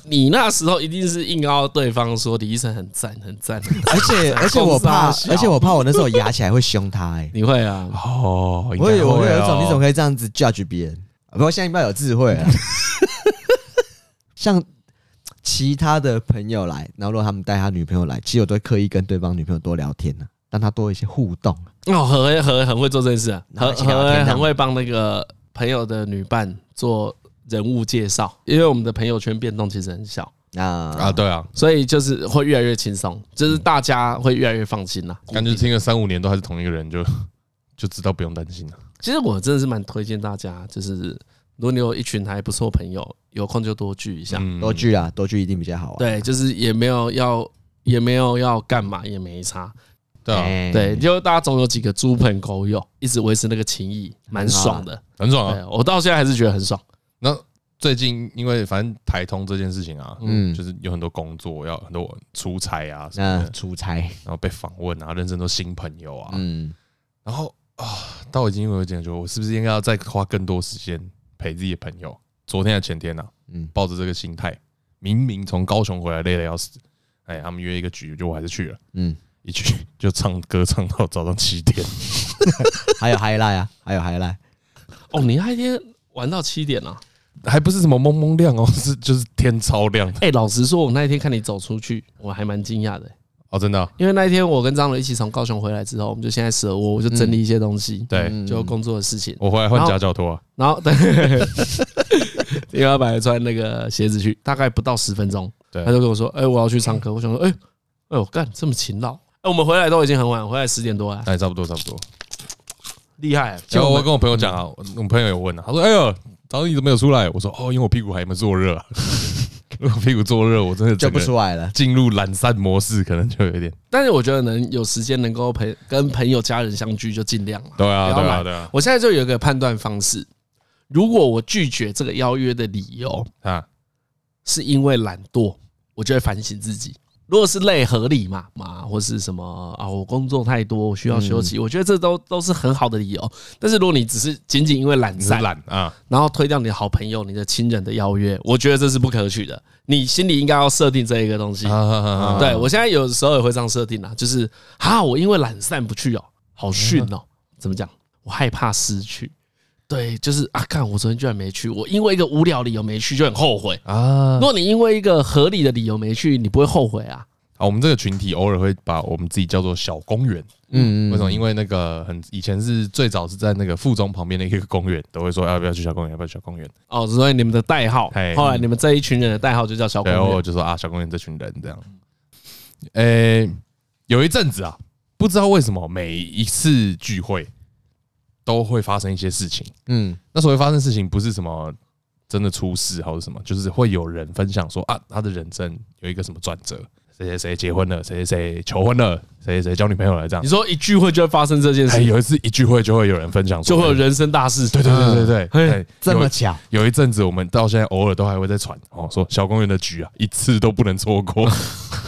你那时候一定是硬凹对方说李医生很赞很赞，啊很赞而且而且我怕公司，啊而且我怕我那时候压起来会凶他， 哎，你会啊？哦，应该我有我会有一哦种你怎么可以这样子 judge 别人？啊不过现在比较有智慧了，像。其他的朋友来，然后如果他们带他女朋友来，其实我都会刻意跟对方女朋友多聊天呢、让他多一些互动。啊哦，何何何很会做这件事啊，何然后一起聊何天这样很会帮那个朋友的女伴做人物介绍，因为我们的朋友圈变动其实很小，啊啊，对啊，所以就是会越来越轻松，就是大家会越来越放心啊啦。感觉听了三五年都还是同一个人，就 就知道不用担心了。其实我真的是蛮推荐大家，就是如果你有一群还不错朋友，有空就多聚一下。嗯多聚啊，多聚一定比较好玩。对，就是也没有要，也没有要干嘛，也没差。对啊，哎对，就大家总有几个猪朋狗友，一直维持那个情谊，蛮爽的。很爽啊。对，我到现在还是觉得很爽。那最近因为反正台通这件事情啊，嗯就是有很多工作要很多出差啊什么那的，出差，然后被访问啊，认识很多新朋友啊，嗯，然后啊，到我已经有点觉得，我是不是应该要再花更多时间陪自己的朋友？昨天还前天啊，嗯抱着这个心态，明明从高雄回来累得要死，哎，他们约一个局，就我还是去了，嗯，一去 就唱歌唱到早上七点，还有 highlight 啊，还有 highlight，哦，你那一天玩到七点啊？还不是什么蒙蒙亮哦，是就是天超亮哎、老实说，我那一天看你走出去，我还蛮惊讶的、哦，真的啊、因为那一天我跟张伦一起从高雄回来之后，我们就先在蛇窝，我就整理一些东西，对、嗯就工作的事情。我回来换夹脚拖啊，然后，对， 因为他本来穿那个鞋子去，大概不到十分钟，对他就跟我说：“哎、我要去唱歌。”我想说：“哎、哎呦，干这么勤劳！”哎、我们回来都已经很晚，回来十点多了，那也差不多差不多。厉害！然就后我我们跟我朋友讲啊，我我朋友有问啊，他说：“哎呦，早上你怎么没有出来？”我说：“哦，因为我屁股还没做热、啊， 如果屁股做热，我真的就整不个出来了。进入懒散模式，可能就有一点。但是我觉得能有时间能够陪跟朋友、家人相聚，就尽量嘛。对不啊，要对懒啊，对啊，我现在就有一个判断方式：如果我拒绝这个邀约的理由啊，是因为懒惰，我就会反省自己。如果是累合理嘛嘛，或是什么啊，我工作太多，我需要休嗯息，我觉得这都都是很好的理由。但是如果你只是仅仅因为懒你是散，懒啊，然后推掉你的好朋友、你的亲人的邀约，我觉得这是不可取的。你心里应该要设定这一个东西。啊对我现在有时候也会这样设定啦，就是啊，我因为懒散不去哦，好逊哦，嗯怎么讲？我害怕失去。对，就是啊，看我昨天居然没去，我因为一个无聊理由没去，就很后悔。啊 如，果你因为一个合理的理由没去，你不会后悔啊。好，我们这个群体偶尔会把我们自己叫做小公园，嗯，嗯为什么？因为那个很以前是最早是在那个附中旁边的一个公园，都会说啊要不要去小公园，要不要去小公园？哦，所以你们的代号嘿，后来你们这一群人的代号就叫小公然后我园。就说啊，小公园这群人这样。嗯诶，有一阵子啊，不知道为什么每一次聚会都会发生一些事情。嗯那所谓发生事情，不是什么真的出事或者什么，就是会有人分享说啊，他的人生有一个什么转折，谁谁谁结婚了，谁谁谁求婚了，谁谁谁交女朋友了，这样你。说一聚会就会发生这件哎，事，有一次一聚会就会有人分享说，就会有人嗯生大事。对对对对对对，哎这有么巧，有一阵子，我们到现在偶尔都还会在传哦，说小公园的局啊，一次都不能错过，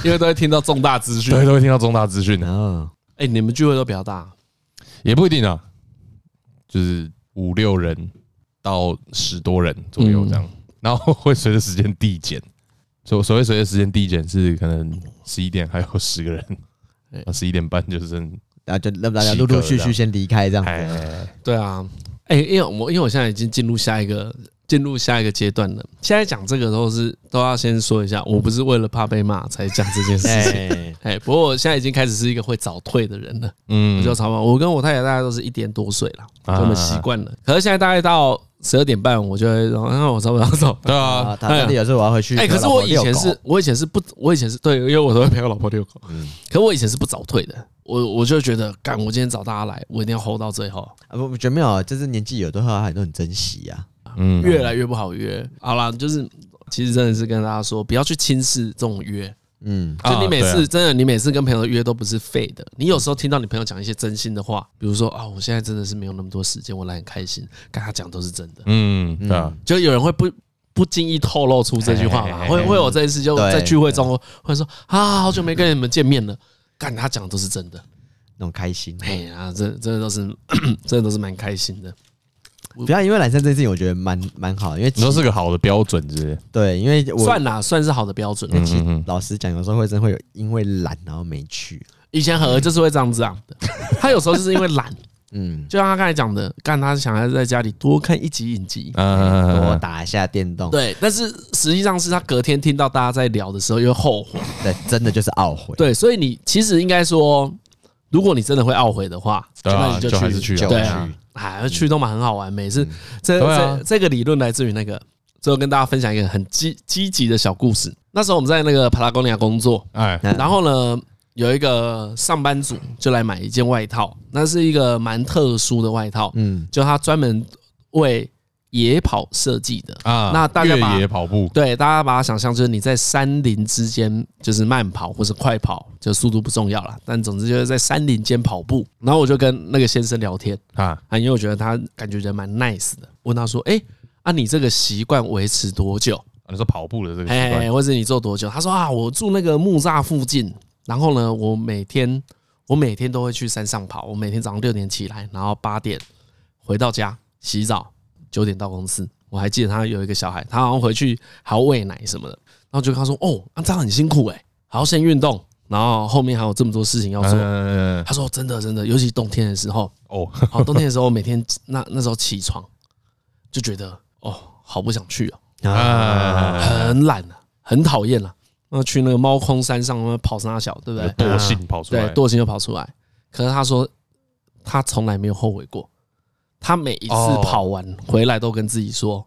因为都会听到重大资讯。 对，都会听到重大资讯的，然后哎，你们聚会都比较大，也不一定啊，就是五六人到十多人左右这样，嗯然后会随着时间递减，所所谓随着时间递减是可能十一点还有十个人啊对，十一点半就是真然后啊就让大家陆陆续续先离开这样哎子。对啊，哎、因为我因为我现在已经进入下一个进入下一个阶段了。现在讲这个都是都要先说一下，我不是为了怕被骂才讲这件事 情。哎，哎、不过我现在已经开始是一个会早退的人了，嗯比较常晚。我跟我太太大家都是一点多睡了，啊我们习惯了。可是现在大概到十二点半，我就会说，那我差不多要走。 对啊啊，，他真的有时候我要回去。哎、可是我以前是，我以前是不，我以前是对，因为我都会陪我老婆遛狗。嗯可我以前是不早退的，我我就觉得，干，我今天找大家来，我一定要 hold 到最后。啊，不我觉得没有，就是年纪有的话还都很珍惜啊。嗯越来越不好约。好啦，就是其实真的是跟大家说，不要去轻视这种约。嗯，就你每次啊真的，你每次跟朋友约都不是废的。你有时候听到你朋友讲一些真心的话，比如说啊，我现在真的是没有那么多时间，我来很开心，跟他讲都是真的。嗯，对啊，就有人会不不经意透露出这句话嘛，嘿嘿嘿会会有这一次就哎对在聚会中会说啊，好久没跟你们见面了。干他讲的都是真的，那种开心。哎呀，这真的都是 真的都是蛮开心的。不啊要因为懒散这件事情，我觉得蛮蛮好，因为你说是个好的标准之类的，对，因为我嗯算啦，算是好的标准。其实老实讲，有时候会真会有因为懒然后没去。以前何就是会这样子啊，他有时候就是因为懒，嗯，就像他刚才讲的，干他想要在家里多看一集影集。哎哦多嗯，打一下电动，对，但是实际上是他隔天听到大家在聊的时候又后悔。对，真的就是懊悔。对，所以你其实应该说，如果你真的会懊悔的话，对啊那你就就还是去，去啊对啊就去，哎，去东马很好玩，每次这对啊这这个理论来自于那个，最后跟大家分享一个很积积极的小故事。那时候我们在那个帕拉贡尼亚工作，哎，嗯然后呢，有一个上班族就来买一件外套，那是一个蛮特殊的外套，嗯，就他专门为野跑设计的啊，那大家把越野跑步，对，大家把它想象就是你在山林之间，就是慢跑或是快跑，就速度不重要啦，但总之就是在山林间跑步。然后我就跟那个先生聊天啊，啊，因为我觉得他感觉人蛮 nice 的，问他说：“哎、啊，你这个习惯维持多久？你说跑步的这个习哎，惯，或者你做多久？”他说：“啊，我住那个木栅附近，然后呢，我每天我每天都会去山上跑，我每天早上六点起来，然后八点回到家洗澡，九点到公司。我还记得他有一个小孩，他好像回去还要喂奶什么的。然后就跟他说：“哦，啊，这样很辛苦哎、还要先运动，然后后面还有这么多事情要做。嗯，他说：“真的，真的，尤其冬天的时候， 哦，好，冬天的时候，我每天那那时候起床就觉得哦，好不想去哦， 啊，很懒啊，很讨厌啊。那去那个猫空山上那跑山小，对不对？惰性跑出对来，，惰性就跑出来。可是他说他从来没有后悔过，他每一次哦跑完回来都跟自己说，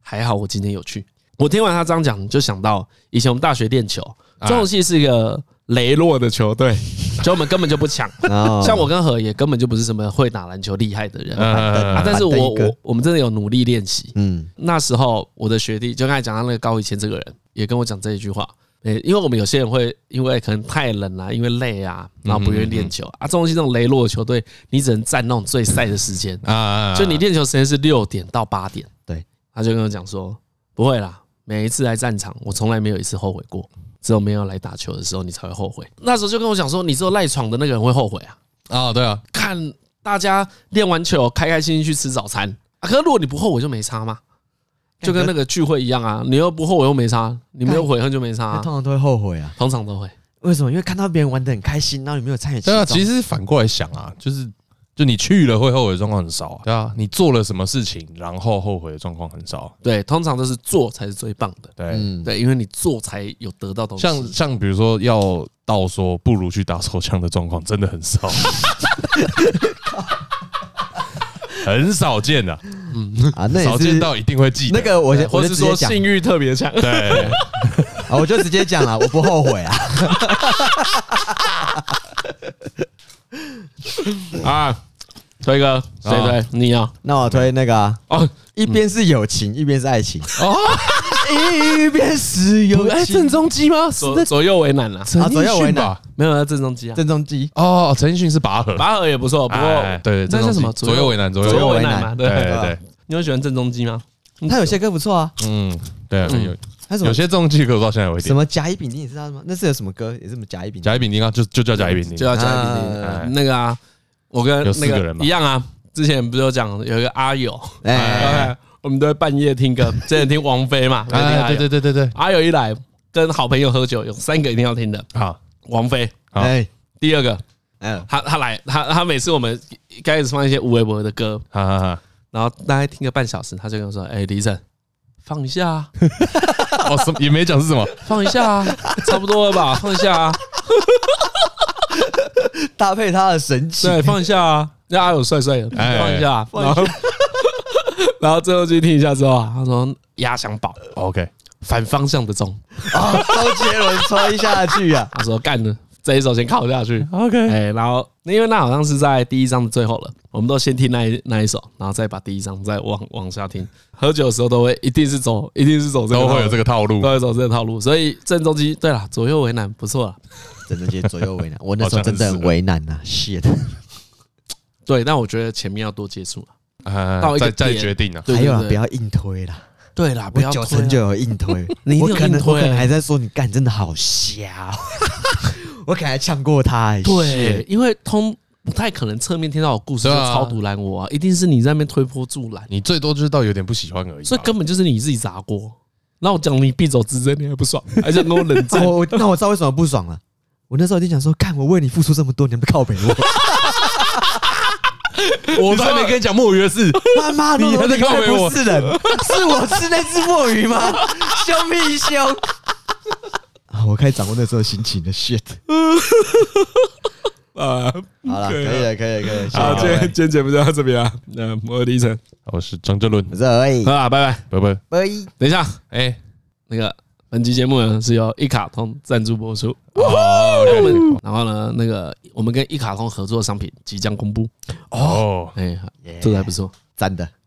还好我今天有去。我听完他这样讲，就想到以前我们大学练球，哎中文系是一个雷落的球 哦队，就我们根本就不抢。然后像我跟何也根本就不是什么会打篮球厉害的人啊，嗯，但是我板凳一个我我们真的有努力练习。嗯那时候我的学弟就刚才讲到那个高以前这个人，也跟我讲这一句话。诶，因为我们有些人会因为可能太冷啦、因为累啊，然后不愿意练球啊。中西这种雷落的球队，你只能占那种最晒的时间，啊，就你练球时间是六点到八点。对，他就跟我讲说，不会啦，每一次来战场，我从来没有一次后悔过，只有没有来打球的时候，你才会后悔。那时候就跟我讲说，你只有赖床的那个人会后悔啊。啊，对啊，看大家练完球开开心心去吃早餐啊。可是如果你不后悔就没差嘛，就跟那个聚会一样啊，你又不后悔又没差，你没有悔恨就没差、那啊通，常都会后悔啊。通常都会。为什么？因为看到别人玩的很开心，然后你没有参与其对啊，中。其实反过来想啊，就是就你去了会后悔的状况很少啊，对啊，你做了什么事情然后后悔的状况很少，啊对，通常都是做才是最棒的。对，嗯，对，因为你做才有得到东西。像像比如说要到说不如去打手枪的状况真的很少，很少见的，啊，那少也见是到一定会记得那个我先，或我就是直接说讲性欲特别强，对， 啊，我就直接讲了，我不后悔啊。啊，推哥，谁啊推？你啊？ 那我推那个啊嗯哦，一边是友情，一边是爱情，哦，一边是友情。哎中基吗？左左右为难啊，啊，左右为迅难，吧？没有啊，郑中基啊，郑中基哦，陈奕迅是拔河，拔河也不错，不哎过对，那这叫种什么？左右为难，左左右右为为难难嘛，难，对对。对对对吧，你会喜欢郑中基吗？他有些歌不错啊，嗯，对，嗯有他什么有些中技歌我到现在有一什点，么甲乙丙丁，你知道吗？那是有什么歌，也是什么甲乙丙丁甲乙丙丁啊，就就叫甲乙丙就丁，要讲一定啊呃那个啊，我跟哎有那四个人嘛一样啊，之前不是有讲有一个阿友，哎， OK，我们都会半夜听歌，之前听王菲 嘛，对哎，对啊对对，对对对对，阿友一来跟好朋友喝酒，有三个一定要听的，好，王菲。好哎，第二个，嗯，他他来，他他每次我们一开始放一些无微博的歌，好好好。然后大概听个半小时，他就跟我说：“哎，李晨，放一下啊，哦，什么也没讲 是什么，放一下啊，差不多了吧，放一下啊，搭配他的神器，对，放一下啊。”那阿友帅帅的，哎放一下啊，放一然后 然后最后去听一下之后啊，他说：“压箱宝。” OK，反方向的钟。啊，周杰伦吹下去啊， 他说干了，这一首先靠下去。 OK，哎，然后因为那好像是在第一章的最后了，我们都先听那一那一首，然后再把第一章再往往下听。喝酒的时候都会一定是走，一定是走这个都会有套这个套路路都。会走这个套路，所以郑中基对了，左右为难不错了。真的些左右为难，我那时候真的很为难呐、shit，对，但我觉得前面要多接触啊。呃到一个再再点决定啊，对还有啊，对不要硬推啦，对啦，不我要九推成啊就有硬推， 你一定我有可硬能推我可能啊还在说你干真的好瞎哦、 我可能还呛过他、欸，对，因为通不太可能侧面听到我故事对就啊超堵拦我啊，嗯一定是你在那边推波助澜，你最多就是到有点不喜欢而已吧。所以根本就是你自己砸锅。那我讲你必走之争，你还不爽，还想跟我冷 啊战？我我那我知道为什么不爽了。我那时候一定想说，看我为你付出这么多，你还不靠北 我？我都还没跟你讲墨鱼的事，妈妈，你还在在靠北我不是人，是我吃那只墨鱼吗？ 凶屁凶！啊，我开始掌握那时候心情的 shit。 啊，好了，可以了，可以了，可以了。好，谢今天谢各位啊今天节目就到这边啊。那我是李晨，我哦是张哲伦，我是而已好，啦，拜拜。拜拜。拜。等一下，哎，那个本期节目呢是由一卡通赞助播出，哦我们然后呢，那个我们跟一卡通合作的商品即将公布，哦，哎，做的还不错。真的。